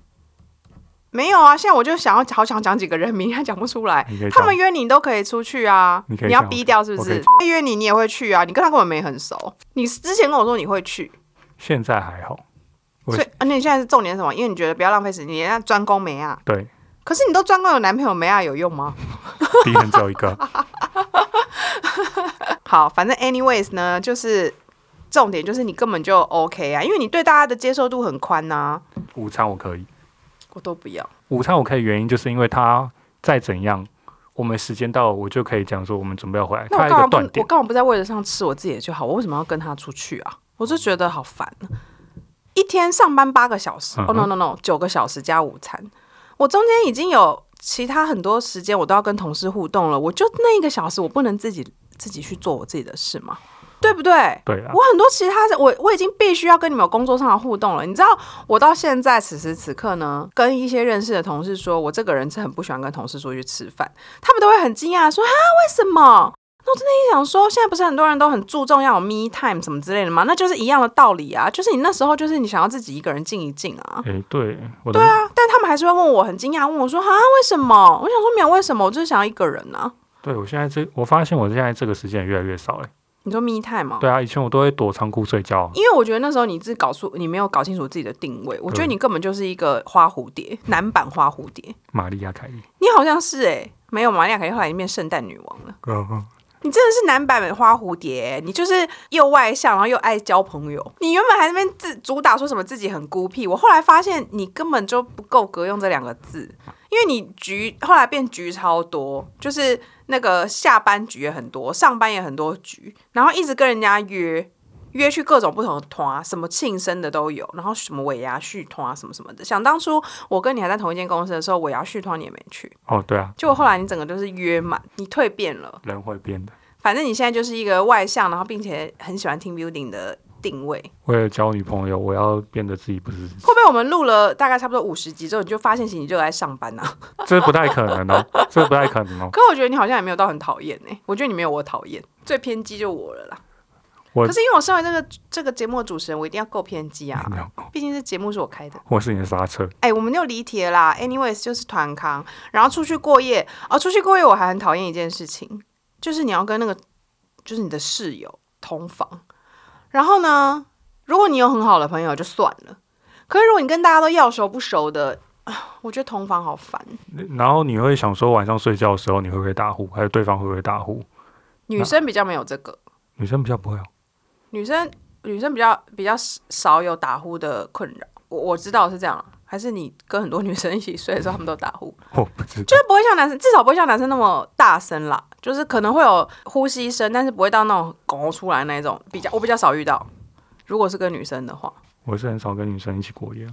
S1: 没有啊，现在我就想要好想讲几个人名，还讲不出来。
S2: 你可以
S1: 他
S2: 讲
S1: 们约你，你都可以出去啊。
S2: 你可以
S1: 要
S2: 讲
S1: 逼掉是不
S2: 我可以
S1: 是？他约你，你也会去啊。你跟他根本没很熟。你之前跟我说你会去，
S2: 现在还好。我
S1: 所以啊而且你现在是重点是什么？因为你觉得不要浪费时间，你人家专攻没啊。
S2: 对，
S1: 可是你都专攻有男朋友没啊，有用吗？
S2: 敌人只有一个。
S1: 好，反正 anyways 呢，就是重点就是你根本就 OK 啊，因为你对大家的接受度很宽呐、
S2: 午餐我可以，
S1: 我都不要。
S2: 午餐我可以，原因就是因为他再怎样，我们时间到了，我就可以讲说我们准备要回来。
S1: 那
S2: 他
S1: 我
S2: 一
S1: 干嘛
S2: 个
S1: 不
S2: 断？
S1: 我
S2: 点，
S1: 干嘛不在位置上吃我自己的就好？我为什么要跟他出去啊？我就觉得好烦啊、一天上班八个小时，哦、
S2: 嗯
S1: no
S2: 哼
S1: no no，九个小时加午餐，我中间已经有其他很多时间我都要跟同事互动了，我就那一个小时，我不能自己自己去做我自己的事吗？对不对？
S2: 对啊
S1: 我，很多其他的，我我已经必须要跟你们有工作上的互动了。你知道，我到现在此时此刻呢，跟一些认识的同事说，我这个人是很不喜欢跟同事出去吃饭，他们都会很惊讶地说啊，为什么？那我真的也想说，现在不是很多人都很注重要有 me time 什么之类的吗？那就是一样的道理啊，就是你那时候就是你想要自己一个人静一静啊。
S2: 诶，对，我的
S1: 对啊，但他们还是会问我，很惊讶问我说啊，为什么？我想说没有为什么，我就是想要一个人啊。
S2: 对我现在这，我发现我现在这个时间也越来越少哎。
S1: 你说 me time 哦吗？
S2: 对啊，以前我都会躲仓库睡觉啊，
S1: 因为我觉得那时候你自己搞出你没有搞清楚自己的定位，我觉得你根本就是一个花蝴蝶，男版花蝴蝶。
S2: 玛丽亚凯莉。
S1: 你好像是哎、没有玛利亚凯莉后来变圣诞女王了。
S2: 嗯
S1: 你真的是男版本花蝴蝶、你就是又外向，然后又爱交朋友。你原本还在那边自主打说什么自己很孤僻，我后来发现你根本就不够格用这两个字，因为你局后来变局超多，就是那个下班局也很多，上班也很多局，然后一直跟人家约。约去各种不同的团，啊什么庆生的都有，然后什么尾牙续团啊什么什么的。想当初我跟你还在同一间公司的时候，尾牙续团你也没去，
S2: 哦，对啊，
S1: 结果后来你整个就是约满，你蜕变了。
S2: 人会变的。
S1: 反正你现在就是一个外向，然后并且很喜欢听 building 的定位。
S2: 为了交女朋友，我要变得自己不是自己，
S1: 会不会我们录了大概差不多五十集之后，你就发现其实你就在上班呐、啊？
S2: 这不太可能哦， 这不太可能哦。
S1: 可我觉得你好像也没有到很讨厌哎，我觉得你没有我讨厌，最偏激就我了啦。
S2: 我
S1: 可是因为我身为这个这个节目的主持人，我一定要够偏激 啊，
S2: 没有，
S1: 毕竟这节目是我开的。
S2: 我是你的刹车。
S1: 哎、我们又离题了啦。Anyways，就是团康，然后出去过夜。哦，出去过夜我还很讨厌一件事情，就是你要跟那个，就是你的室友同房。然后呢，如果你有很好的朋友就算了，可是如果你跟大家都要熟不熟的，啊我觉得同房好烦。
S2: 然后你会想说，晚上睡觉的时候你会不会打呼，还有对方会不会打呼？
S1: 女生比较没有这个，
S2: 女生比较不会哦。
S1: 女生女生比较比较少有打呼的困扰。我我知道是这样啊，还是你跟很多女生一起睡的时候，她们都打呼。
S2: 我不知道
S1: 就，是不会像男生，至少不会像男生那么大声啦，就是可能会有呼吸声，但是不会到那种狗出来那种，比较我比较少遇到。如果是跟女生的话，
S2: 我是很少跟女生一起 过夜啊，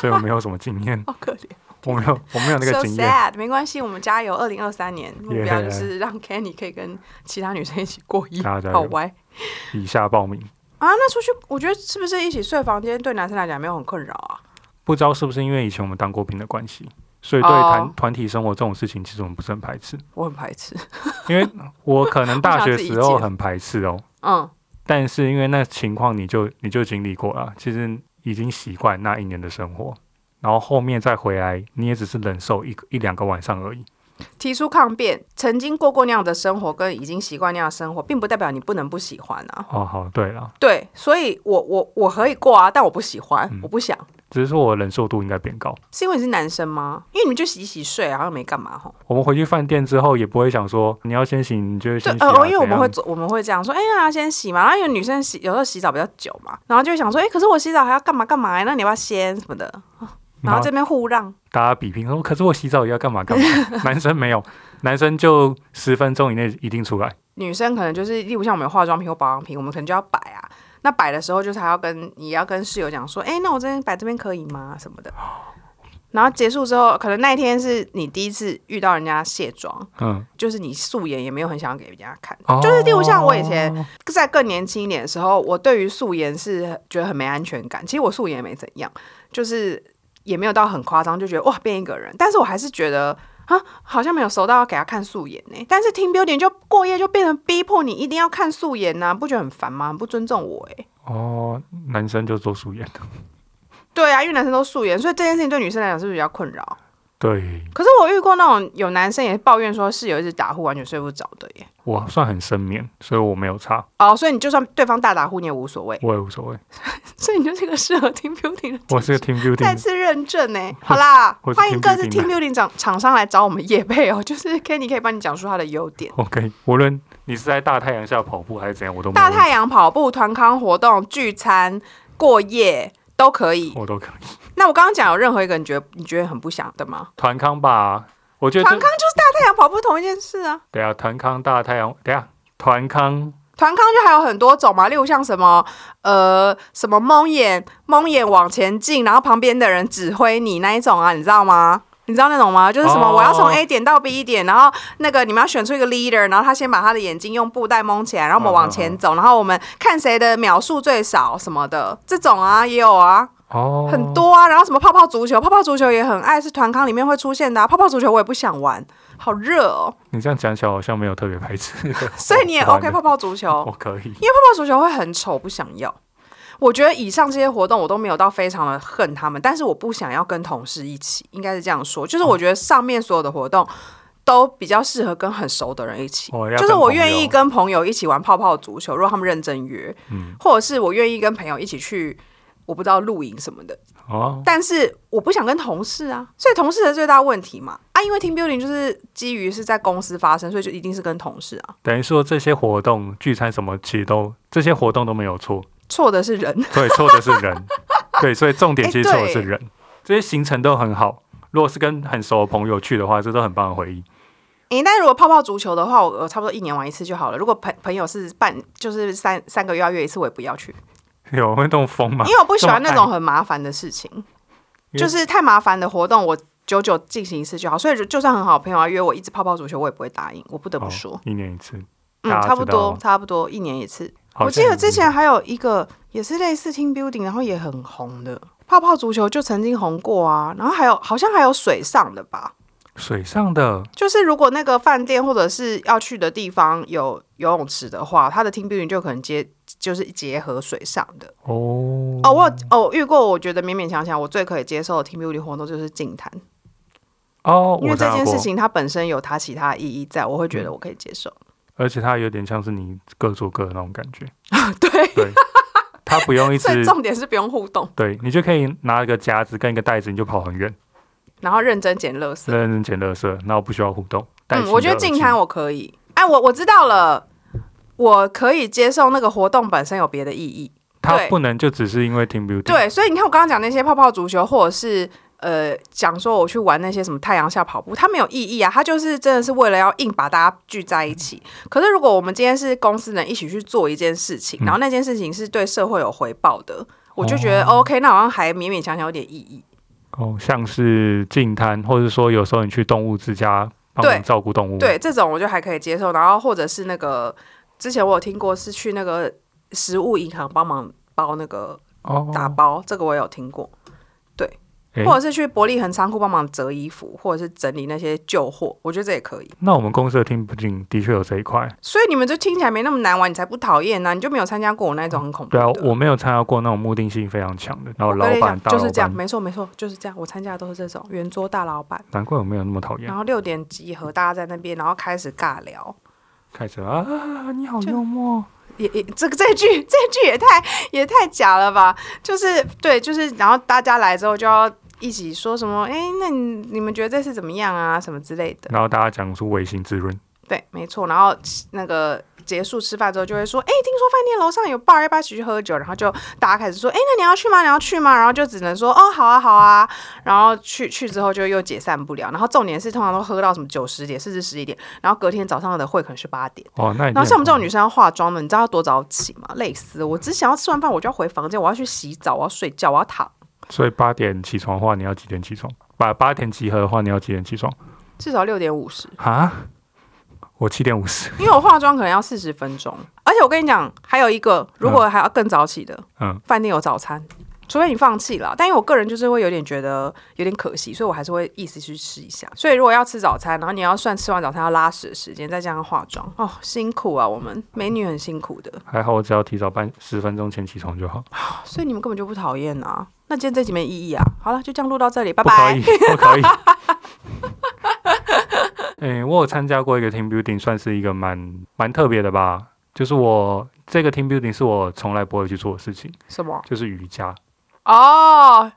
S2: 所以我没有什么经验，
S1: 好可怜
S2: 我没有，我没有那个
S1: ，so
S2: 经验。
S1: sad。没关系，我们加油，二零二三年目标
S2: Yeah
S1: 就是让 Kenny 可以跟其他女生一起过夜
S2: 大家 加，油
S1: 好歪
S2: 以下报名，
S1: 啊！那出去，我觉得是不是一起睡房间对男生来讲没有很困扰啊？
S2: 不知道是不是因为以前我们当过兵的关系，所以对团、
S1: 哦
S2: 团体生活这种事情，其实我们不是很排斥。
S1: 我很排斥，
S2: 因为我可能
S1: 我
S2: 大
S1: 想
S2: 学
S1: 自己
S2: 时候
S1: 接
S2: 很排斥哦，
S1: 嗯，
S2: 但是因为那情况你就你就经历过了，其实已经习惯那一年的生活，然后后面再回来，你也只是忍受一个一两个晚上而已。
S1: 提出抗辩，曾经过过那样的生活，跟已经习惯那样的生活，并不代表你不能不喜欢啊。
S2: 哦，好，对了，
S1: 对，所以我我我可以过啊，但我不喜欢，
S2: 嗯
S1: 我不想，
S2: 只是说我忍受度应该变高。
S1: 是因为你是男生吗？因为你们就洗洗睡啊，好像没干嘛吼。
S2: 我们回去饭店之后也不会想说你要先醒，你就会
S1: 对
S2: 先，洗、
S1: 呃
S2: 啊。，
S1: 因为
S2: 怎
S1: 我们
S2: 样
S1: 会做，我们会这样说，哎、呀，先洗嘛。然后因为女生洗有时候洗澡比较久嘛，然后就会想说，哎、可是我洗澡还要干嘛干嘛、哎那你要不要先什么的？然
S2: 然
S1: 后
S2: 后
S1: 这边互让，
S2: 大家比拼 说，可是我洗澡也要干嘛干嘛。男生没有，男生就十分钟以内一定出来。
S1: 女生可能就是，例如像我们有化妆品或保养品，我们可能就要摆啊。那摆的时候，就是还要跟也要跟室友讲说，哎、那我这边摆这边可以吗？什么的。然后结束之后，可能那一天是你第一次遇到人家卸妆，
S2: 嗯，
S1: 就是你素颜也没有很想要给人家看。
S2: 哦
S1: 就是例如像我以前在更年轻一点的时候，我对于素颜是觉得很没安全感。其实我素颜也没怎样，就是也没有到很夸张，就觉得哇变一个人。但是我还是觉得啊，好像没有熟到要给他看素颜呢、但是 team building 就过夜就变成逼迫你一定要看素颜呐、不觉得很烦吗？很不尊重我哎、
S2: 哦，男生就做素颜的，
S1: 对啊，因为男生都素颜，所以这件事情对女生来讲是不是比较困扰？
S2: 对
S1: 可是我遇过那种有男生也抱怨说室友一直打呼，完全睡不着的耶。
S2: 我算很深眠，所以我没有差，
S1: 哦，所以你就算对方大打呼你也无所谓，
S2: 我也无所谓。
S1: 所以你就是个适合 team building 的
S2: 我是个 team building
S1: 再
S2: 的
S1: 次认证呢、好啦，
S2: 我是
S1: 欢迎各自
S2: team
S1: Team Building 厂厂商来找我们叶配哦，就是 Kenny 可以帮你讲述他的优点。
S2: ，OK，无论你是在大太阳下跑步还是怎样，我都没有
S1: 大
S2: 问题
S1: 太阳跑步、团康活动、聚餐、过夜都可以。
S2: 我都可以。
S1: 那我刚刚讲有任何一个你觉得你觉得很不想的吗？
S2: 团康吧，我觉
S1: 团
S2: 得
S1: 康
S2: 这
S1: 就是大太阳跑步同一件事啊。
S2: 等一下团康大太阳，等一下团康
S1: 团康就还有很多种嘛，例如像什么呃什么蒙眼蒙眼往前进，然后旁边的人指挥你那一种啊，你知道吗？你知道那种吗？就是什么
S2: 哦
S1: 我要从 A 点到 B 点，然后那个你们要选出一个 leader，然后他先把他的眼睛用布袋蒙起来，然后我们
S2: 嗯
S1: 往前走，然后我们看谁的秒数最少什么的，这种啊也有啊，
S2: 哦，
S1: 很多啊。然后什么泡泡足球，泡泡足球也很爱，是团康里面会出现的、啊。泡泡足球我也不想玩，好热哦。
S2: 你这样讲起来好像没有特别排 斥，
S1: 所以你也
S2: 我不玩
S1: OK
S2: 了
S1: 泡泡足球？
S2: 我可以。
S1: 因为泡泡足球会很丑，不想要。我觉得以上这些活动我都没有到非常的恨他们，但是我不想要跟同事一起，应该是这样说。
S2: 哦
S1: 就是我觉得上面所有的活动都比较适合跟很熟的人一起，
S2: 哦要
S1: 就是
S2: 跟
S1: 我
S2: 朋友
S1: 愿意跟朋友一起玩泡泡足球，如果他们认真约，
S2: 嗯
S1: 或者是我愿意跟朋友一起去。我不知道露营什么的，
S2: 哦，
S1: 但是我不想跟同事啊，所以同事的最大问题嘛，啊，因为 team building 就是基于是在公司发生，所以就一定是跟同事啊，
S2: 等于说这些活动、聚餐什么，其实都这些活动都没有错，
S1: 错的是人，
S2: 对，错的是 人，对，所以重点其实
S1: 哎
S2: 错
S1: 对
S2: 的是人。这些行程都很好，如果是跟很熟的朋友去的话，这都很棒的回忆。
S1: 诶、但如果泡泡足球的话，我我差不多一年玩一次就好了。如果朋朋友是半，就是三三个月要约一次，我也不要去，
S2: 有会动风吗
S1: 因？为我不喜欢那
S2: 啊这
S1: 种
S2: 么
S1: 很麻烦的事情，
S2: 因为
S1: 就是太麻烦的活动，我久久进行一次就好。所以就就算很好的朋友要约我一直泡泡足球，我也不会答应，我不得不说，
S2: 哦一年一次，
S1: 嗯，
S2: 大家
S1: 差不
S2: 知道
S1: 多
S2: 吗
S1: 差不多一年一次。
S2: 好
S1: 我
S2: 像
S1: 记得
S2: 也
S1: 之
S2: 是
S1: 前还有一个也是类似 team building，然后也很红的泡泡足球就曾经红过啊，然后还有好像还有水上的吧，
S2: 水上的
S1: 就是如果那个饭店或者是要去的地方有游泳池的话，它的 team building 就可能结就是结合水上的。
S2: 哦
S1: 哦，我有哦我遇过，我觉得勉勉强强我最可以接受的 team building 活动就是净滩，
S2: 哦，
S1: 因为
S2: 我
S1: 这
S2: 参加
S1: 件事
S2: 过，嗯
S1: 情它本身有它其他意义在，我会觉得我可以接受。
S2: 而且它有点像是你各做各的那种感觉，
S1: 对，
S2: 对，它不用一
S1: 所以
S2: 直
S1: 重点是不用互动，
S2: 对你就可以拿一个夹子跟一个袋子，你就跑很远，
S1: 然后认真捡垃圾。
S2: 认真捡垃圾，那我不需要互动。戴
S1: 嗯，
S2: 起
S1: 我
S2: 你
S1: 觉
S2: 的
S1: 得
S2: 耳
S1: 净
S2: 机
S1: 滩我可以。哎，我我知道了，我可以接受那个活动本身有别的意义。
S2: 它
S1: 对
S2: 不能就只是因为 team building，，
S1: 对，所以你看我刚刚讲那些泡泡足球，或者是呃讲说我去玩那些什么太阳下跑步，它没有意义啊，它就是真的是为了要硬把大家聚在一起。可是如果我们今天是公司人一起去做一件事情，然后那件事情是对社会有回报的，我就觉得、OK，那好像还勉勉强强有点意义。
S2: 哦，像是净滩，或者说有时候你去动物之家帮
S1: 对
S2: 忙照顾动物，
S1: 对，这种我就还可以接受。然后或者是那个之前我有听过是去那个食物银行帮忙包那个
S2: 哦，
S1: 打包，这个我有听过。
S2: 诶
S1: 或者是去伯利恒仓库帮忙折衣服，或者是整理那些旧货，我觉得这也可以。
S2: 那我们公司的 team building 的确有这一块，
S1: 所以你们就听起来没那么难玩，你才不讨厌呢、你就没有参加过我那一种很恐怖
S2: 对
S1: 的。
S2: 啊，我没有参加过那种目的性非常强的，然后
S1: 我
S2: 老
S1: 跟你
S2: 板
S1: 讲
S2: 大
S1: 就
S2: 老
S1: 是这样，
S2: 板，
S1: 没错没错，就是这样。我参加的都是这种圆桌大老板，
S2: 难怪我没有那么讨厌
S1: 然。后六点集合，大家在那边，然后开始尬聊。
S2: 开始啊，你好幽默，
S1: 也也这个这句这句也太也太假了吧？就是对，就是然后大家来之后就要一起说什么？哎，那你你们觉得这次怎么样啊？什么之类的。
S2: 然后大家讲出唯心之论，
S1: 对，没错。然后那个结束吃饭之后，就会说：“哎、听说饭店楼上有 bar，要不要一起去喝酒？”然后就大家开始说：“哎、那你要去吗？你要去吗？”然后就只能说：“哦，好啊，好啊。”然后去去之后就又解散不了。然后重点是，通常都喝到什么九十点，甚至十一点，然后隔天早上的会可能是八点。
S2: 哦，那你
S1: 然后像我们这种女生要化妆的，你知道要多早起吗？累死我！我只想要吃完饭我就要回房间，我要去洗澡，我要睡觉，我要躺，
S2: 所以八点起床的话，你要几点起床？把八点集合的话，你要几点起床？
S1: 至少六点五十。
S2: 啊？我七点五十。
S1: 因为我化妆可能要四十分钟，而且我跟你讲，还有一个，如果还要更早起的，
S2: 嗯，
S1: 饭店有早餐，除非你放弃了。但因为我个人就是会有点觉得有点可惜，所以我还是会意思去吃一下。所以如果要吃早餐，然后你要算吃完早餐要拉屎的时间，再加上化妆，哦，辛苦啊，我们美女很辛苦的，
S2: 还好我只要提早半十分钟前起床就好。
S1: 所以你们根本就不讨厌啊。那今天这集没意义啊。好了，就这样录到这里，拜
S2: 不可
S1: 拜
S2: 以。， 不可以。 诶、我有参加过一个 team building，算是一个蛮蛮特别的吧。就是我这个 team building 是我从来不会去做的事情，
S1: 什么？
S2: 就是瑜伽。
S1: 哦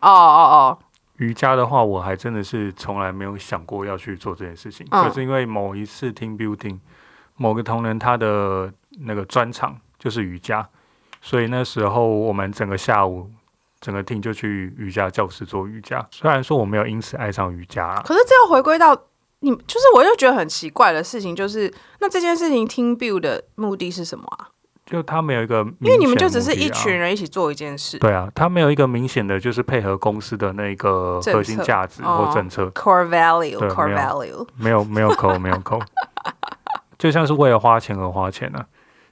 S1: 哦哦
S2: 瑜伽的话，我还真的是从来没有想过要去做这件事情。
S1: 嗯
S2: 可是因为某一次 team building，某个同仁他的那个专长就是瑜伽，所以那时候我们整个下午。整个 team 就去瑜伽教室做瑜伽，虽然说我没有因此爱上瑜伽啊、
S1: 哦！可是这又回归到你，就是我又觉得很奇怪的事情，就是那这件事情 team build 的目的是什么啊？
S2: 就他没有一个、
S1: 因为你们就只是一群
S2: 人。
S1: 人一起做一件事
S2: 啊对啊，他没有一个明显的就是配合公司的那个
S1: 政策哦
S2: 核心价值或政策，
S1: ，core value
S2: 对
S1: core
S2: 没
S1: value，
S2: 有没有没有扣没有扣， 就像是为了花钱而花钱啊。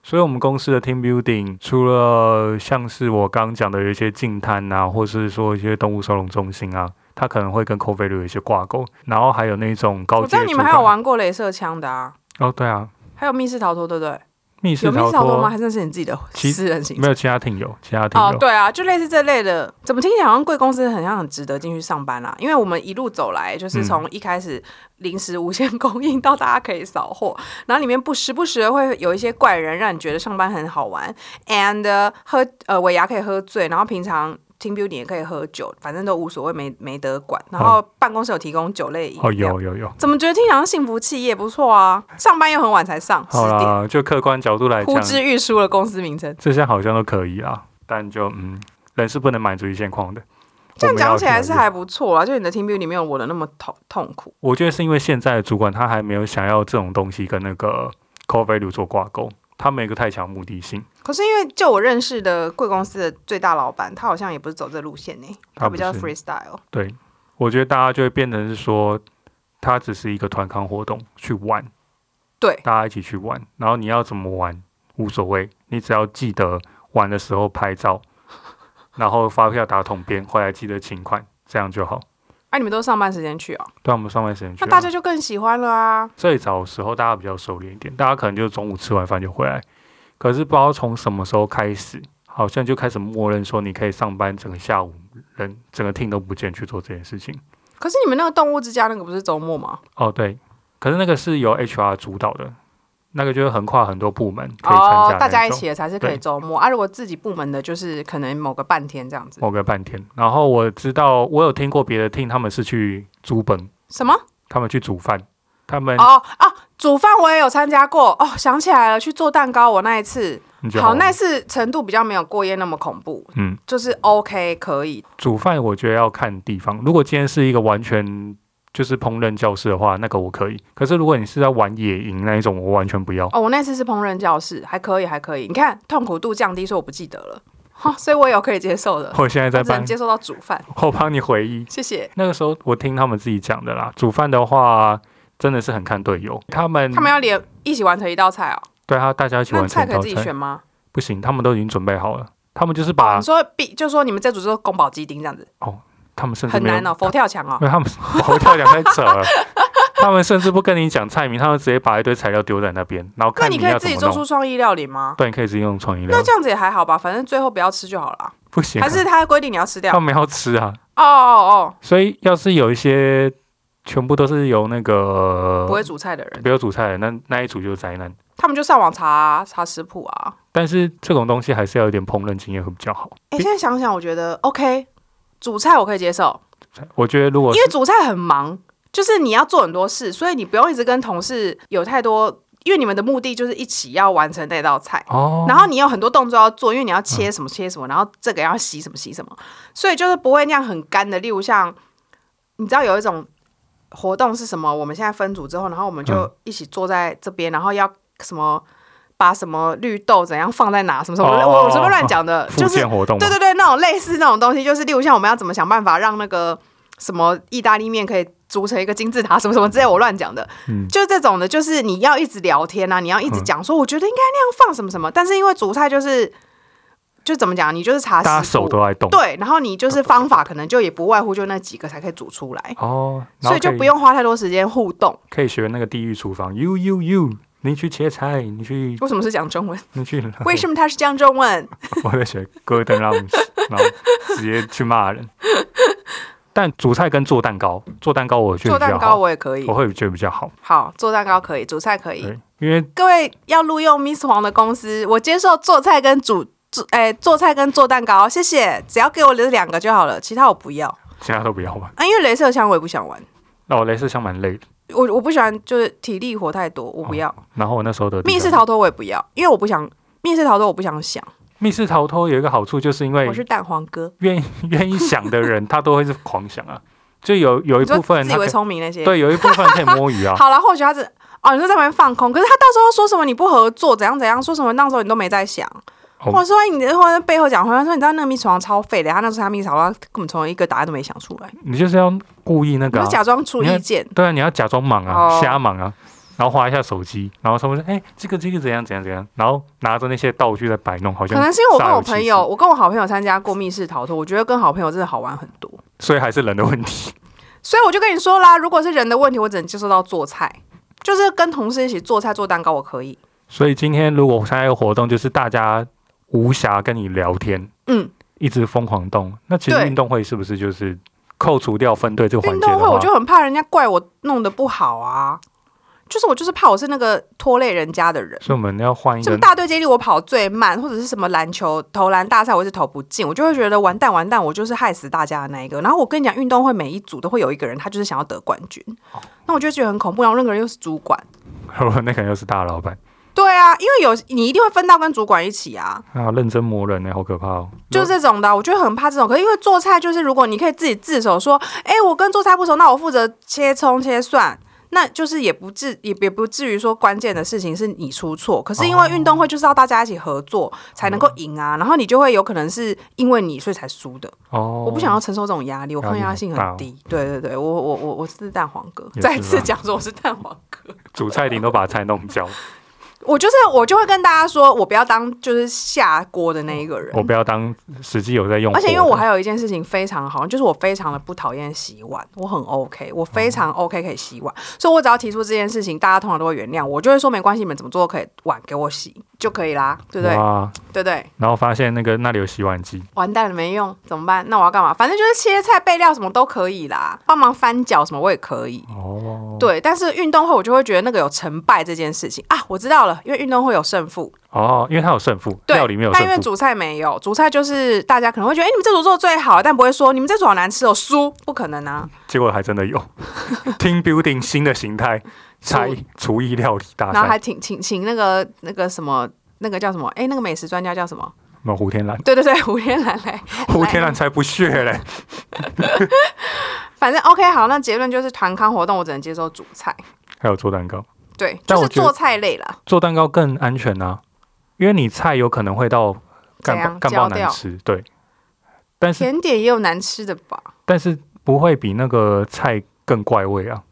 S2: 所以，我们公司的 team building 除了像是我刚刚讲的有一些净滩啊，或是说一些动物收容中心啊，它可能会跟 COVID 有一些挂钩，然后还有那种高
S1: 我
S2: 阶
S1: 知道你
S2: 主
S1: 们
S2: 管
S1: 还有玩过镭射枪的啊，
S2: 哦，对啊，
S1: 还有密室逃脱，对不对？
S2: 密室
S1: 有密
S2: 逃
S1: 室逃脱吗？
S2: 脱
S1: 还是那是你自己的
S2: 其
S1: 私人行
S2: 没
S1: 程？
S2: 有其他厅有，其他厅
S1: 哦
S2: 有，，
S1: 对啊，就类似这类的，怎么听起来好像贵公司很像很值得进去上班啦、啊因为我们一路走来，
S2: 嗯
S1: 就是从一开始零食无限 供应到大家可以扫货，然后里面不时不时的会有一些怪人，让你觉得上班很好玩，and 呃喝呃尾牙可以喝醉，然后平常。team building 也可以喝酒，反正都无所谓，没没得管。然后办公室有提供酒类饮料，
S2: 哦有有有，
S1: 怎么觉得听起来像幸福企业不错啊？上班又很晚才上，十
S2: 好
S1: 点，
S2: 啦，就客观角度来讲
S1: 呼，之欲出了公司名称。
S2: 这些好像都可以啊，但就嗯，人是不能满足于现况的。
S1: 这样
S2: 我们要
S1: 讲起来是
S2: 越来越，
S1: 还不错啊，就你的 team building 里面有我的那么痛痛苦。
S2: 我觉得是因为现在的主管他还没有想要这种东西跟那个 core value 做挂钩，他没有一个太强目的性。
S1: 可是因为就我认识的贵公司的最大老板，他好像也不是走这路线呢、
S2: 他不
S1: 比
S2: 是
S1: 较 freestyle。
S2: 对，我觉得大家就会变成是说，它只是一个团康活动去玩，
S1: 对，
S2: 大家一起去玩，然后你要怎么玩无所谓，你只要记得玩的时候拍照，然后发票打桶边，回来记得请款，这样就好。
S1: 哎、你们都是上班时间去哦，
S2: 对我们上班时间去啊、
S1: 那大家就更喜欢了啊。
S2: 最早的时候大家比较收敛一点，大家可能就中午吃完饭就回来。可是不知道从什么时候开始，好像就开始默认说你可以上班整个下午，人整个 team 都不见去做这件事情。
S1: 可是你们那个动物之家那个不是周末吗？
S2: 哦，对，可是那个是由 HR 主导的，那个就是横跨很多部门可以参加、
S1: 哦，大家一起的才是可以
S2: 对
S1: 周末啊。如果自己部门的，就是可能某个半天这样子。
S2: 某个半天。然后我知道，我有听过别的 team 他们是去租本，
S1: 什么？
S2: 他们去煮饭，他们、
S1: 哦啊，煮饭我也有参加过哦，想起来了，去做蛋糕，我那一次，
S2: 你觉得
S1: 好，
S2: 吗
S1: 那一次程度比较没有过夜那么恐怖，
S2: 嗯。
S1: 就是 OK 可以，
S2: 煮饭我觉得要看地方。如果今天是一个完全就是烹饪教室的话，那个我可以。可是如果你是在玩野营那一种，我完全不要。
S1: 哦，我那次是烹饪教室，还可以，还可以。你看痛苦度降低，所以我不记得了，哈，所以我有可以接受哦的，
S2: 我 现在在
S1: 我只能
S2: 帮，
S1: 接受到煮饭。
S2: 我帮你回忆。
S1: 谢谢。
S2: 那个时候我听他们自己讲的啦，煮饭的话真的是很看队友，他们
S1: 他们要连一起完成一道菜哦，
S2: 对他大嗯家一起
S1: 那
S2: 完成
S1: 菜
S2: 一
S1: 可以
S2: 道
S1: 自己
S2: 菜，
S1: 选吗？
S2: 不行，他们都已经准备好了，他们就是
S1: 哦，
S2: 把
S1: 你说比就说你们这组就是宫保鸡丁这样子，
S2: 他们甚至
S1: 很
S2: 没有
S1: 难哦，佛跳墙哦
S2: 因。为 他们我跳两太 扯了，他们甚至不跟你讲菜名，他们直接把一堆材料丢在那边，然后
S1: 那
S2: 看
S1: 你可以
S2: 要
S1: 自
S2: 怎
S1: 己
S2: 么
S1: 做出
S2: 弄。
S1: 创意料理吗？
S2: 对，你可以自己用创意料
S1: 那
S2: 理，
S1: 这样子也还好吧，反正最后不要吃就好了。
S2: 不行啊、
S1: 还是他规定你要吃掉
S2: 他？们要吃啊，
S1: 哦哦
S2: 所以要是有一些全部都是由那个
S1: 哦，不会煮菜的人，
S2: 不要煮菜的，那那一组就是灾难。
S1: 他们就上网查啊查食谱啊。
S2: 但是这种东西还是要有点烹饪经验会比较好。
S1: 哎，现在想想，我觉得 OK，煮菜我可以接受，
S2: 我觉得如果
S1: 因为煮菜很忙，就是你要做很多事，所以你不用一直跟同事有太多因为你们的目的就是一起要完成那道菜，
S2: 哦，
S1: 然后你有很多动作要做，因为你要切什么切什么，然后这个要洗什么洗什么，所以就是不会那样很干的。例如像，你知道有一种活动是什么？我们现在分组之后，然后我们就
S2: 嗯
S1: 一起坐在这边，然后要什么把什么绿豆怎样放在哪，什么什么，
S2: 哦
S1: 我我是不是乱讲的？
S2: 复
S1: 就是
S2: 健活动吗
S1: 对对对，那种类似那种东西，就是例如像我们要怎么想办法让那个什么意大利面可以煮成一个金字塔，什么什么之类，我乱讲的。
S2: 嗯
S1: 就这种的，就是你要一直聊天啊，你要一直讲说，我觉得应该那样放什么什么，但
S2: 嗯
S1: 是因为煮菜就是就怎么讲，你就是查
S2: 大家
S1: 食谱
S2: 手都在动，
S1: 对，然后你就是方法可能就也不外乎就那几个才可以煮出来，
S2: 哦，然
S1: 所
S2: 后
S1: 以就
S2: 可嗯
S1: 不用花太多时间互动。
S2: 可以学那个地狱厨房，you you you，你去切菜，你去
S1: 为什么是讲 中文？
S2: 你去，
S1: 为什么他是讲中文？
S2: 我在学戈登让，然后直接去骂人。但煮菜跟做蛋糕，做蛋糕我觉得
S1: 做
S2: 比
S1: 蛋
S2: 较
S1: 糕
S2: 好，
S1: 我也可以
S2: 我，会觉得比较好，
S1: 好，做蛋糕可以，煮菜可以。
S2: 对，因为
S1: 各位要录用 Miss 黄的公司，我接受做菜跟煮煮，哎、做菜跟做蛋糕，谢谢，只要给我这两个就好了，其他我不要
S2: 其他都不要玩。
S1: 啊，因为镭射枪我也不想玩。
S2: 那我镭射枪蛮累的，
S1: 我我不喜欢就是体力活太多，我不要。
S2: 然后我那时候的
S1: 密室逃脱我也不要，因为我不想密室逃脱我不想想，
S2: 密室逃脱有一个好处，就是因为
S1: 我是蛋黄哥。
S2: 愿意 愿意想的人，他都会是狂想啊。就有有一
S1: 你说
S2: 部分
S1: 自
S2: 他
S1: 以
S2: 可
S1: 为
S2: 以
S1: 聪明那些，
S2: 对，有一部分可以摸鱼啊。
S1: 好了，或许他只哦，你说在旁边放空，可是他到时候说什么你不合作，怎样怎样，说什么那时候你都没在想，
S2: 哦
S1: 或者说哎你或者背后讲，或者说你知道那个密室床超废的，他那时候他密室床根本从一个答案都没想出来，
S2: 你就是要故意那
S1: 你
S2: 个、
S1: 就
S2: 啊，
S1: 假装出意见，
S2: 对啊，你要假装忙啊，
S1: 哦
S2: 瞎忙啊，然后划一下手机，然后他们说，哎、这个这个怎样怎样怎样，然后拿着那些道具在摆弄，好
S1: 可
S2: 像
S1: 能是因为我跟
S2: 煞有
S1: 我
S2: 其
S1: 朋友，我跟我好朋友参加过密室逃脱，我觉得跟好朋友真的好玩很多，
S2: 事，所以还是人的问题。
S1: 所以我就跟你说啦，如果是人的问题，我只能接受到做菜，就是跟同事一起做菜做蛋糕，我可以。
S2: 所以今天如果参加一个活动，就是大家无暇跟你聊天，
S1: 嗯，
S2: 一直疯狂动，那其实
S1: 对
S2: 运动会是不是就是扣除掉分队这个环
S1: 运
S2: 节的
S1: 动会
S2: 话
S1: 我，就很怕人家怪我弄得不好啊，就是我就是怕我是那个拖累人家的人。
S2: 所以我们要换一
S1: 什
S2: 个
S1: 么大队接力我跑最慢，或者是什么篮球投篮大赛我是投不进，我就会觉得完蛋完蛋，我就是害死大家的那一个。然后我跟你讲，运动会每一组都会有一个人，他就是想要得冠军，那我就觉得很恐怖。然后那个人又是主管，
S2: 那可能又是大老板，
S1: 对啊，因为有你一定会分到跟主管一起啊。
S2: 啊，认真磨人呢、好可怕哦！
S1: 就是这种的啊，我就很怕这种。可是因为做菜，就是如果你可以自己自首说，哎、我跟做菜不熟，那我负责切葱切蒜，那就是也不至也也不至于说关键的事情是你出错。可是因为运
S2: 哦
S1: 动会就是要大家一起合作才能够
S2: 嗯
S1: 赢啊，然后你就会有可能是因为你所以才输的。
S2: 哦，
S1: 我不想要承受这种压力，我
S2: 压力
S1: 抗压性
S2: 很大哦
S1: 很低。对对对，我我我我是蛋黄哥
S2: 也，是啊
S1: 再次讲说我是蛋黄哥。
S2: 煮菜顶都把菜弄焦，
S1: 我就是我就会跟大家说，我不要当就是下锅的那一个人。
S2: 我不要当实际有在用火
S1: 而
S2: 的，
S1: 且因为我还有一件事情非常好，就是我非常的不讨厌洗碗，我很 OK，我非常
S2: 哦
S1: OK 可以洗碗，所以我只要提出这件事情，大家通常都会原谅我，就会说没关系，你们怎么做都可以，碗给我洗就可以啦，对不对？
S2: 哇，
S1: 对不对？
S2: 然后发现那个那里有洗碗机，
S1: 完蛋了，没用，怎么办？那我要干嘛？反正就是切菜、备料什么都可以啦，帮忙翻搅什么我也可以。
S2: 哦，
S1: 对，但是运动会我就会觉得那个有成败这件事情啊，我知道了，因为运动会有胜负，
S2: 哦，因为它有胜负，
S1: 对
S2: 料理没有
S1: 但因为
S2: 胜负，
S1: 主菜没有，主菜就是大家可能会觉得，哎、你们这组做的最好，但不会说你们这组好难吃哦，输不可能啊。
S2: 结果还 真的有。Team Building 新的形态，才厨艺料理大
S1: 然后
S2: 赛
S1: 还，请请请那个那个什么那个叫什么？哎，那个美食专家叫什么？
S2: 那胡天蓝，
S1: 对对对， 胡天兰来。
S2: 胡天蓝才不屑嘞，
S1: 反正 OK，好，那结论就是团康活动我只能接受主菜，
S2: 还有做蛋糕，
S1: 对，
S2: 但
S1: 就
S2: 我
S1: 是
S2: 觉得
S1: 做菜类 啦。
S2: 做蛋糕更安全啊，因为你菜有可能会到
S1: 怎
S2: 干爆
S1: 样
S2: 干爆
S1: 焦掉
S2: 难吃，对，但是
S1: 甜点也有难吃的吧？
S2: 但是不会比那个菜更怪味啊。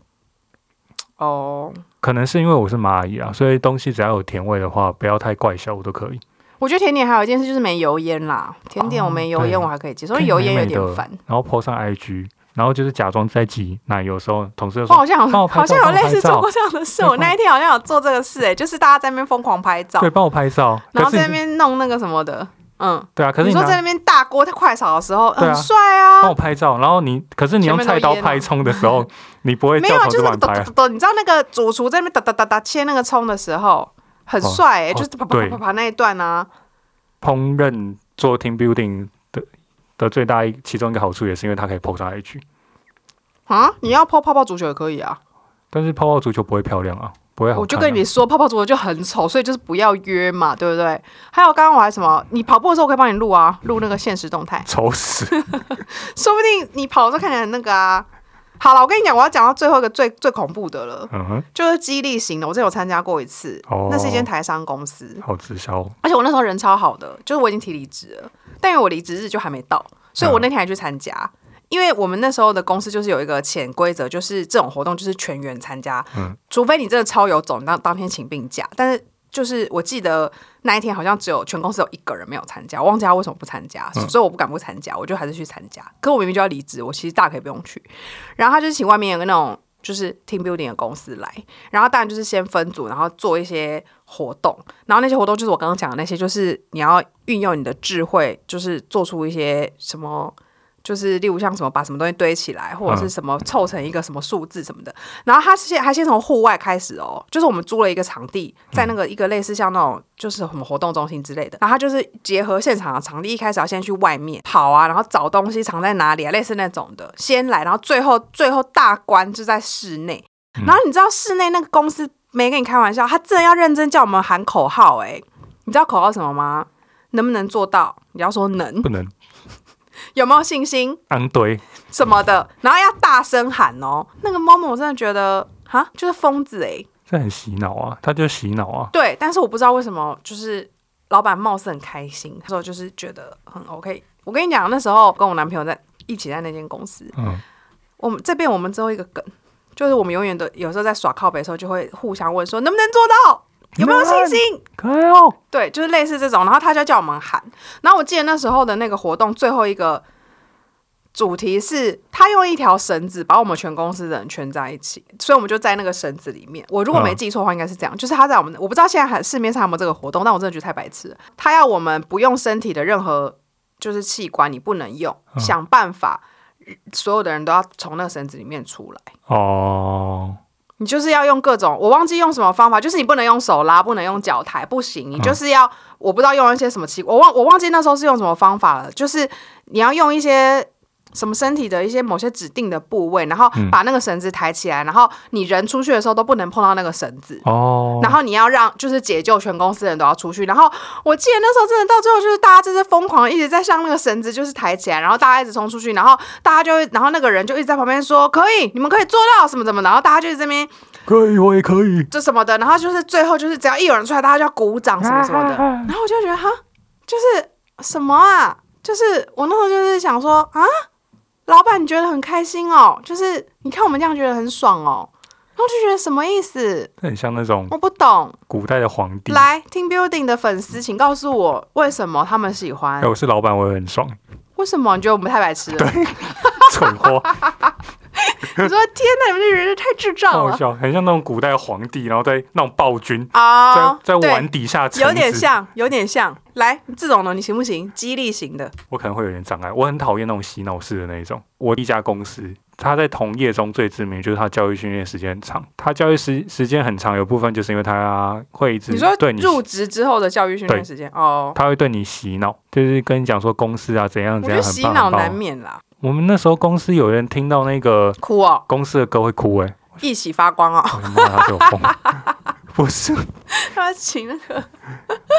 S1: 哦、
S2: 可能是因为我是蚂蚁啊，所以东西只要有甜味的话，不要太怪小我都可以。
S1: 我觉得甜点还有一件事就是没油烟啦，甜点我没油烟
S2: 哦
S1: 我还可以接受，
S2: 可以
S1: 因为油烟有
S2: 美美的
S1: 点烦。
S2: 然后 po 上 IG，然后就是假装在挤奶油的时候，同事就
S1: 我
S2: 说
S1: 好像有
S2: 帮我拍照
S1: 好像有类似
S2: 帮
S1: 做
S2: 我
S1: 过这样的事，
S2: 帮我
S1: 我那一天好像有做这个事、哎，就是大家在那边疯狂拍：“照
S2: 对，，帮我拍照。”
S1: 然后
S2: 可是
S1: 在那边弄那个什么的，嗯，
S2: 对啊，可
S1: 你
S2: 是你
S1: 说
S2: 拿
S1: 在那边大锅快炒的时候
S2: 对啊
S1: 很帅啊，
S2: 帮我拍照，然后你可是你用
S1: 前面都
S2: 菜刀
S1: 淹了
S2: 拍葱的时候，你不会
S1: 没
S2: 叫
S1: 有啊，
S2: 同
S1: 就是
S2: 事
S1: 那
S2: 帮
S1: 个
S2: 你
S1: 抖抖
S2: 拍啊
S1: 抖，抖，你知道那个主厨在那边哒哒哒哒切那个葱的时候，很帅、欸，
S2: 哦
S1: 就是啪啪啪啪啪那一段啊。
S2: 烹饪做 team building 的的最大一其中一个好处，也是因为它可以 po 上 IG，
S1: 啊，你要泡泡泡足球也可以啊，
S2: 但是泡泡足球不会漂亮啊，不会好看啊、
S1: 我就跟你说，泡泡足球就很丑，所以就是不要约嘛，对不对？还有刚刚我还什么，你跑步的时候我可以帮你录啊，录那个现实动态，
S2: 丑死，
S1: 说不定你跑的时候看起来很那个啊。好了，我跟你讲，我要讲到最后一个最最恐怖的了，
S2: 嗯哼，
S1: 就是激励型的。我之前有参加过一次，
S2: 哦
S1: 那是一间台商公司，
S2: 好直销哦，
S1: 而且我那时候人超好的，就是我已经提离职了，但因为我离职日就还没到，所
S2: 嗯
S1: 以我那天还去参加。因为我们那时候的公司就是有一个潜规则，就是这种活动就是全员参加，
S2: 嗯
S1: 除非你真的超有种，当当天请病假。但是就是我记得那一天好像只有全公司有一个人没有参加，我忘记他为什么不参加，
S2: 嗯
S1: 所以我不敢不参加，我就还是去参加。可我明明就要离职，我其实大可以不用去。然后他就请外面有个那种就是 team building 的公司来，然后当然就是先分组，然后做一些活动，然后那些活动就是我刚刚讲的那些，就是你要运用你的智慧，就是做出一些什么。就是例如像什么把什么东西堆起来，或者是什么凑成一个什么数字什么的。然后他先还先从户外开始哦，就是我们租了一个场地，在那个一个类似像那种就是什么活动中心之类的。然后他就是结合现场的场地，一开始要先去外面跑啊，然后找东西藏在哪里啊，类似那种的，先来，然后最后最后大关就在室内。
S2: 嗯
S1: 然后你知道室内那个公司没跟你开玩笑，他真的要认真叫我们喊口号哎、你知道口号什么吗？能不能做到？你要说能，
S2: 不能
S1: 有没有信心？
S2: 安堆，
S1: 什么的，然后要大声喊哦。那个 Momo 我真的觉得哈，就是疯子哎、
S2: 这很洗脑啊，他就洗脑啊，
S1: 对，但是我不知道为什么，就是老板貌似很开心，他说就是觉得很 OK。我跟你讲，那时候跟我男朋友在一起在那间公司，
S2: 嗯，
S1: 我们这边我们只有一个梗，就是我们永远都有时候在耍靠北的时候就会互相问说能不能做到，有没有信心？
S2: 开哦，
S1: 对，就是类似这种，然后他就叫我们喊。然后我记得那时候的那个活动最后一个主题是，他用一条绳子把我们全公司的人圈在一起，所以我们就在那个绳子里面。我如果没
S2: 嗯
S1: 记错的话，应该是这样，就是他在我们，我不知道现在还市面上有没有这个活动，但我真的觉得太白痴了。他要我们不用身体的任何就是器官，你不能用，
S2: 嗯
S1: 想办法，嗯所有的人都要从那个绳子里面出来。
S2: 哦，
S1: 你就是要用各种，我忘记用什么方法，就是你不能用手拉，不能用脚抬，不行，你
S2: 嗯
S1: 就是要，我不知道用一些什么奇，我忘我忘记那时候是用什么方法了，就是你要用一些什么身体的一些某些指定的部位，然后
S2: 嗯
S1: 把那个绳子抬起来，然后你人出去的时候都不能碰到那个绳子。
S2: 哦，
S1: 然后你要让就是解救全公司的人都要出去，然后我记得那时候真的到最后就是大家就是疯狂一直在向那个绳子就是抬起来，然后大家一直冲出去，然后大家就会然后那个人就一直在旁边说可以，你们可以做到什么什么，然后大家就是这边
S2: 可以，我也可以，
S1: 这什么的，然后就是最后就是只要一有人出来，大家就要鼓掌哦什么什么的，
S2: 啊
S1: 然后我就觉得哈，就是什么啊，就是我那时候就是想说啊，老板你觉得很开心哦，就是你看我们这样觉得很爽哦，然后就觉得什么意思，
S2: 这很像那种
S1: 我不懂。
S2: 古代的皇帝。哎，
S1: 来，Team Building 的粉丝，请告诉我为什么他们喜欢？
S2: 哎我是老板，我也很爽，
S1: 为什么你觉得我们太白痴了？
S2: 蠢货，
S1: 你说天哪，你们这人太智障
S2: 好
S1: 了
S2: 笑，很像那种古代皇帝，然后在那种暴君
S1: 啊！
S2: 在在
S1: 对
S2: 碗底下盛
S1: 有点
S2: 子
S1: 像，有点像。来，这种的你行不行？激励型的，
S2: 我可能会有点障碍。我很讨厌那种洗脑式的那一种。我一家公司，它在同业中最知名就是它教育训练时间很长。它教育时时间很长，有部分就是因为它会一直
S1: 你说
S2: 对你洗，
S1: 入职之后的教育训练
S2: 对
S1: 时间哦，
S2: 它会对你洗脑，就是跟你讲说公司啊怎样
S1: 我
S2: 怎
S1: 觉
S2: 样
S1: 得
S2: 很
S1: 洗
S2: 棒
S1: 脑
S2: 很
S1: 难
S2: 棒。
S1: 免啦，
S2: 我们那时候公司有人听到那个
S1: 哭哦，
S2: 公司的歌会哭、欸，哎，
S1: 一起发光哦，
S2: 我的妈，他对我疯了，不是，
S1: 他请那个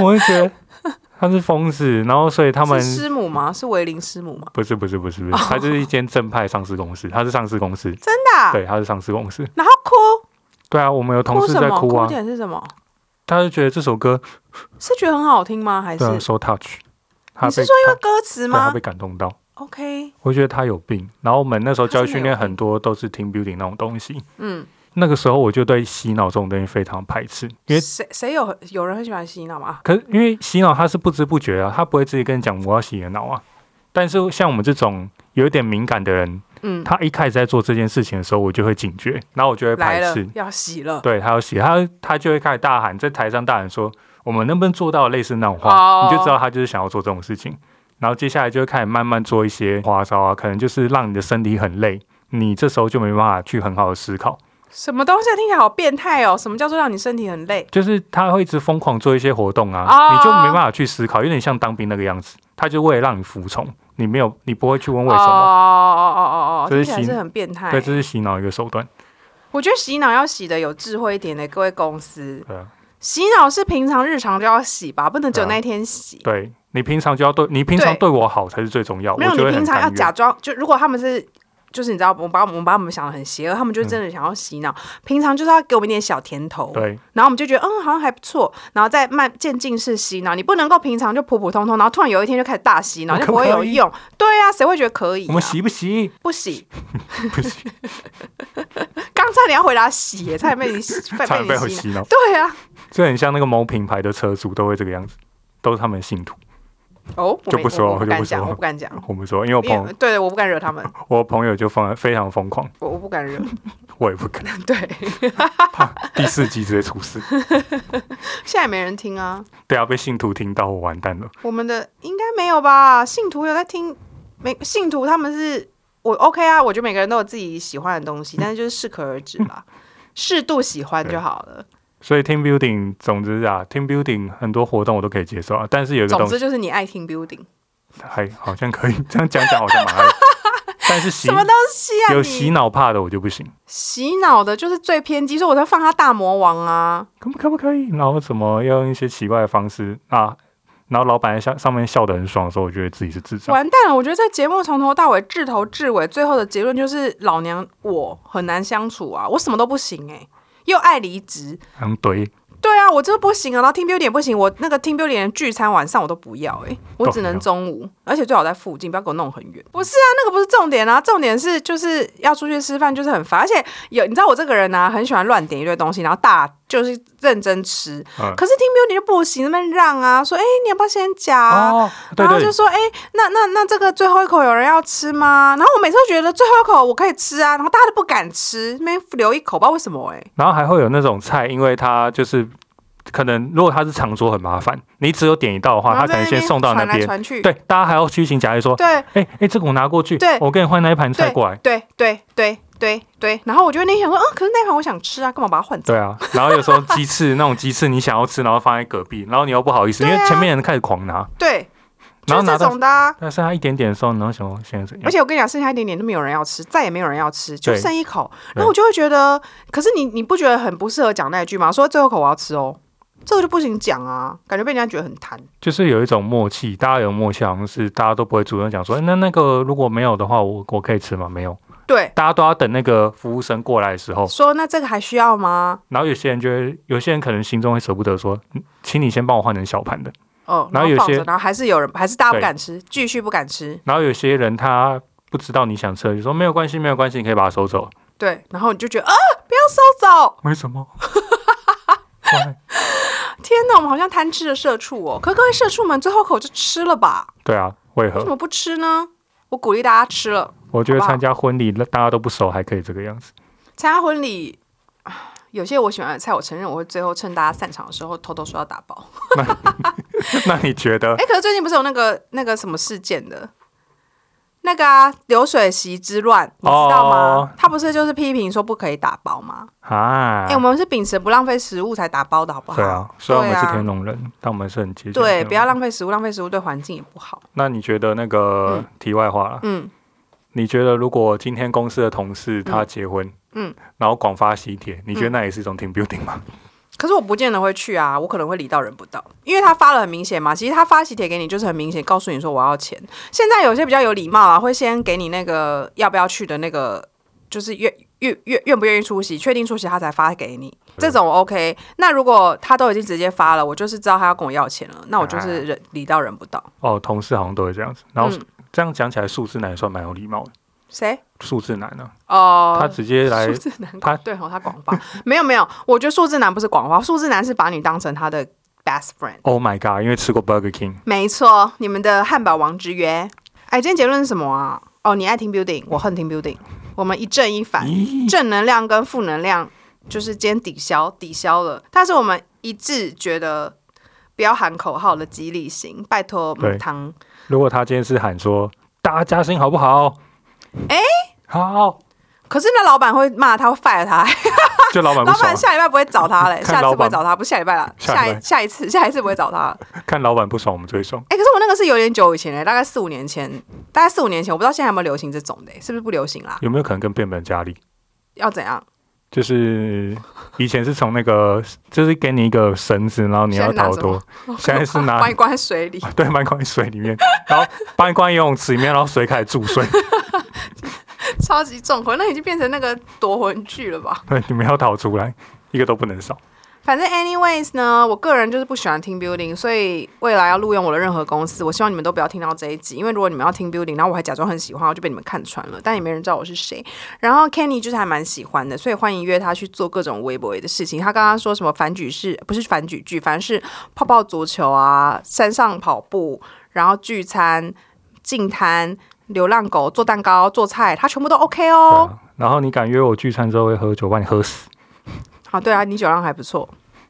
S2: 我就觉得他是疯子，然后所以他们
S1: 是师母吗？是维林师母吗？
S2: 不是不是不是不是，他就是一间正派上市公司，他是上市公司，
S1: 真的啊，
S2: 对，他是上市公司，
S1: 然后哭
S2: 对啊，我们有同
S1: 哭
S2: 事
S1: 什
S2: 在
S1: 么？
S2: 哭啊，
S1: 点是什么？
S2: 他就觉得这首歌
S1: 是觉得很好听吗？还是
S2: 对啊，so touch，他
S1: 你
S2: 被
S1: 是说因为歌词
S2: 他对他
S1: 吗
S2: 被感动到，
S1: ？OK，
S2: 我觉得他有病。然后我们那时候
S1: 他真
S2: 教
S1: 的
S2: 育训
S1: 有
S2: 练
S1: 病
S2: 很多都是 team building 那种东西，
S1: 嗯，
S2: 那个时候我就对洗脑这种东西非常排斥，因为
S1: 谁谁有有人很喜欢洗脑吗？
S2: 可是因为洗脑他是不知不觉啊，他不会自己跟你讲我要洗你的脑啊。但是像我们这种有一点敏感的人，
S1: 嗯，
S2: 他一开始在做这件事情的时候，我就会警觉，然后我就会
S1: 来
S2: 排
S1: 了
S2: 斥。
S1: 要洗了，
S2: 对他要洗，他他就会开始大喊，在台上大喊说：“我们能不能做到类似那种话？”
S1: 哦
S2: 你就知道他就是想要做这种事情。然后接下来就会开始慢慢做一些花招啊，可能就是让你的身体很累，你这时候就没办法去很好的思考。
S1: 什么东西啊听起来好变态哦？什么叫做让你身体很累？
S2: 就是他会一直疯狂做一些活动啊，
S1: 哦
S2: 你就没办法去思考，有点像当兵那个样子。他就为了让你服从，你没有，你不会去问为
S1: 哦
S2: 什
S1: 哦
S2: 么。
S1: 哦哦哦哦，
S2: 这
S1: 听起
S2: 是
S1: 来
S2: 洗
S1: 是很变态
S2: 对，。这是洗脑一个手段。
S1: 我觉得洗脑要洗的有智慧一点的各位公司，
S2: 对啊，
S1: 洗脑是平常日常就要洗吧，不能只有
S2: 对啊
S1: 那一天洗。
S2: 对你平常就要对你平常
S1: 对
S2: 对我好才是最重要。
S1: 没有，
S2: 我
S1: 你
S2: 就会
S1: 平
S2: 很
S1: 常要
S2: 甘愿
S1: 假装，就如果他们是，就是你知道，我们把我们把我们想的很邪恶，他们就真的想要洗脑。平常就是要给我们一点小甜头，
S2: 对
S1: 然后我们就觉得嗯好像还不错，然后再慢渐进式洗脑。你不能够平常就普普通通，然后突然有一天就开始大洗脑，
S2: 我
S1: 就
S2: 可
S1: 不
S2: 不
S1: 会有
S2: 可以
S1: 用。对啊，谁会觉得可以、啊？
S2: 我们洗不洗？
S1: 不洗？
S2: 不洗，
S1: 刚差点要回答洗耶，差点 被你洗被
S2: 差点被
S1: 被
S2: 我
S1: 你洗脑。
S2: 洗脑。
S1: 对啊，
S2: 这很像那个某品牌的车主都会这个样子，都是他们的信徒。
S1: 哦，我
S2: 就
S1: 没
S2: 不说
S1: 我
S2: 了
S1: 不
S2: 就
S1: 敢
S2: 不
S1: 讲，
S2: 说
S1: 我
S2: 了
S1: 不敢讲，
S2: 我们说，因为我
S1: 因
S2: 朋
S1: 为
S2: 友
S1: 对我不敢惹他们，
S2: 我朋友就疯非常疯狂，
S1: 我我不 敢惹。
S2: 我也不敢。
S1: 对，
S2: 第四集直接出事，
S1: 现在也没人听啊，
S2: 对啊，被信徒听到我完蛋了。
S1: 我们的应该没有吧？信徒有在听？没，信徒他们是我 OK 啊，我觉得每个人都有自己喜欢的东西，但是就是适可而止 吧，适度喜欢就好了。
S2: 所以 team building，总之啊，team building 很多活动我都可以接受啊，但是有一个
S1: 总
S2: 东
S1: 之
S2: 西
S1: 就是你爱听 building
S2: 还好像可以，这样讲讲好像 蛮爱，但是洗
S1: 什么东西啊？
S2: 有
S1: 你
S2: 洗脑怕的我就不行。
S1: 洗脑的就是最偏激，所以我在放他大魔王啊。
S2: 可不可不可以？然后怎么要用一些奇怪的方式啊？然后老板在下上面笑得很爽的时候，我觉得自己是啊智障。
S1: 完蛋了！我觉得这节目从头到尾，至头至尾，最后的结论就是老娘我很难相处啊，我什么都不行哎、又爱离职，
S2: 嗯，对，
S1: 对啊，我就是不行啊。然后 team building 也不行，我那个 team building 的聚餐晚上我都不要哎、我只能中午，而且最好在附近，不要给我弄很远。不是啊，那个不是重点啊，重点是就是要出去吃饭，就是很烦。而且有你知道我这个人啊，很喜欢乱点一堆东西，然后大就是认真吃。
S2: 嗯，
S1: 可是 team building 就不行，那边让啊，说哎、你要不要先夹、啊？
S2: 哦，对
S1: 然后
S2: 对
S1: 就，说：“哎、那那那这个最后一口有人要吃吗？”然后我每次都觉得最后一口我可以吃啊，然后大家都不敢吃，那边留一口，不知道为什么哎、
S2: 然后还会有那种菜，因为它就是可能如果它是长桌很麻烦，你只有点一道的话，
S1: 然
S2: 它
S1: 后
S2: 可能
S1: 在
S2: 先
S1: 边
S2: 送到那
S1: 传来
S2: 边。
S1: 传去，
S2: 对，大家还要虚情假意说，
S1: 对
S2: 哎哎，这个我拿过去
S1: 对，
S2: 我跟你换那一盘菜
S1: 对
S2: 过来。
S1: 对对对对对。然后我就那天想说，嗯，可是那盘我想吃啊，干嘛把它换走？
S2: 对啊，然后有时候鸡翅那种鸡翅你想要吃，然后放在隔壁，然后你又不好意思，因
S1: 对啊
S2: 为前面人开始狂拿，
S1: 对，
S2: 然
S1: 就
S2: 后
S1: 是
S2: 拿
S1: 这
S2: 到嗯
S1: 种的、啊。
S2: 但剩下一点点的时候，然后想说现在怎样
S1: 而？且我跟你讲，剩下一点点都没有人要吃，再也没有人要吃，就
S2: 对
S1: 剩一口。
S2: 对
S1: 然后我就会觉得，可是你你不觉得很不适合讲那一句吗？说最后一口我要吃哦，这个就不行讲啊，感觉被人家觉得很贪。
S2: 就是有一种默契，大家有默契，好像是大家都不会主动讲说，欸那那个如果没有的话，我我可以吃吗？没有，
S1: 对，
S2: 大家都要等那个服务生过来的时候，
S1: 说那这个还需要吗？
S2: 然后有些人就会，有些人可能心中会舍不得说，嗯请你先帮我换成小盘的。
S1: 哦，
S2: 然后有
S1: 放
S2: 些
S1: 着，然后还是有人，还是大家不
S2: 对
S1: 敢吃，继续不敢吃，
S2: 然后有些人他不知道你想吃的，就说没有关系，没有关系，你可以把它收走。
S1: 对，然后你就觉得啊，不要收走！
S2: 为什么？Why？
S1: 天哪，我们好像贪吃的社畜哦。可各位社畜们，最后口就吃了吧？
S2: 对啊，为
S1: 为什
S2: 何？
S1: 么不吃呢？我鼓励大家吃了。
S2: 我觉得
S1: 好不好
S2: 参加婚礼大家都不熟，还可以这个样子。
S1: 参加婚礼，唉有些我喜欢的菜，我承认我会最后趁大家散场的时候偷偷说要打包。
S2: 那你觉得
S1: 哎、可是最近不是有那个那个什么事件的？那个啊，流水席之乱，你知道吗
S2: 哦
S1: 他不是就是批评说不可以打包吗？
S2: 啊
S1: 哎、？我们是秉持不浪费食物才打包的好不好？
S2: 对啊，虽然我们是
S1: 对啊
S2: 天龙人，但我们是很接近。
S1: 对，不要。浪费食物，浪费食物对环境也不好。
S2: 那你觉得那个题外话了？
S1: 嗯，
S2: 你觉得如果今天公司的同事他结婚，
S1: 嗯
S2: 然后广发喜帖，你觉得那也是一种 team building 吗？
S1: 可是我不见得会去啊，我可能会礼到人不到，因为他发了很明显嘛。其实他发喜帖给你就是很明显告诉你说我要钱。现在有些比较有礼貌啊，会先给你那个要不要去的那个，就是愿愿愿愿不愿意出席，确定出席他才发给你。
S2: 嗯
S1: 这种我 OK。那如果他都已经直接发了，我就是知道他要跟我要钱了，那
S2: 啊
S1: 我就是人礼到人不到。
S2: 哦，同事好像都会这样子。然后
S1: 嗯
S2: 这样讲起来，数字男也算蛮有礼貌的。
S1: 谁？
S2: 数字男呢、
S1: 哦、
S2: 他直 接来
S1: 数，字男
S2: 他
S1: 对哦，他广发没有没有，我觉得数字男不是广发，数字男是把你当成他的 best friend。
S2: Oh my god！因为吃过 Burger King，
S1: 没错，你们的汉堡王之约。哎，今天结论是什么啊？哦，你爱听 building，我恨听 building，我们一正一反，
S2: 咦，
S1: 正能量跟负能量就是今天抵消抵消了，但是我们一致觉得不要喊口号的激励型，拜托
S2: 对
S1: 母汤。
S2: 如果他今天是喊说大家加薪好不好？
S1: 哎
S2: 好，
S1: 可是那老板会骂他，会 fire 他，
S2: 就老板不
S1: 老
S2: 爽啊
S1: 板，下礼拜不会找他嘞，
S2: 看
S1: 下次
S2: 老
S1: 不会
S2: 板
S1: 找他，不是下礼拜了，
S2: 下
S1: 下
S2: 礼
S1: 一
S2: 拜
S1: 下一次下一次不会找他了。
S2: 看老板不爽我们最爽。
S1: 哎、可是我那个是有点久以前嘞，大概四五年前，大概四五年前，我不知道现在有没有流行这种的，是不是不流行啦？
S2: 有没有可能跟变本加厉？
S1: 要怎样？
S2: 就是以前是从那个，就是给你一个绳子，然后你要
S1: 现在拿
S2: 逃
S1: 什么
S2: 脱。现在是 拿
S1: 把你关在水里，
S2: 对，把你关在水里面，然后把你关在游泳池里面，然后水开始注水。
S1: 超级重口，那已经变成那个夺魂剧了吧？
S2: 对，你们要逃出来，一个都不能少。
S1: 反正，anyways 呢，我个人就是不喜欢听 building，所以未来要录用我的任何公司，我希望你们都不要听到这一集，因为如果你们要听 building，然后我还假装很喜欢，我就被你们看穿了，但也没人知道我是谁。然后 Kenny 就是还蛮喜欢的，所以欢迎约他去做各种微博的事情。他刚刚说什么反举式，不是反举剧，反正是泡泡足球啊，山上跑步，然后聚餐、进摊、流浪狗、做蛋糕、做菜，他全部都 OK
S2: 对
S1: 哦。
S2: 啊，然后你敢约我聚餐之后会喝酒，把你喝死。
S1: 好，对啊，你酒量还不错。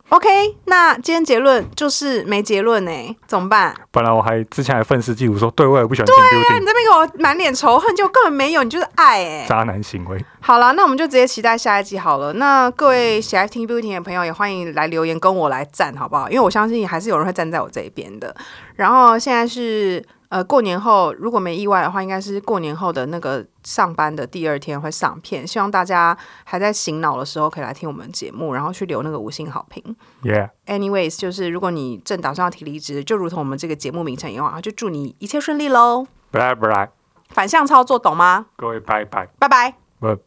S1: OK，那今天结论就是没结论呢、怎么办？
S2: 本来我还之前还愤世嫉俗说，对我也不喜欢 team
S1: 那你
S2: building，、
S1: 这边给我满脸仇恨，就根本没有，你就是爱哎、
S2: 渣男行为。
S1: 好了，那我们就直接期待下一集好了。那各位喜爱听 Beauty 的朋友，也欢迎来留言跟我来站，好不好？因为我相信还是有人会站在我这一边的。然后现在是呃过年后，如果没意外的话，应该是过年后的那个上班的第二天会上片。希望大家还在醒脑的时候，可以来听我们节目，然后去留那个五星好评。
S2: Yeah，
S1: Anyways，就是如果你正打算要提离职，就如同我们这个节目名称一样啊，就祝你一切顺利喽。
S2: 拜拜，
S1: 反向操作懂吗？
S2: 各位拜拜，
S1: 拜拜。
S2: 拜拜。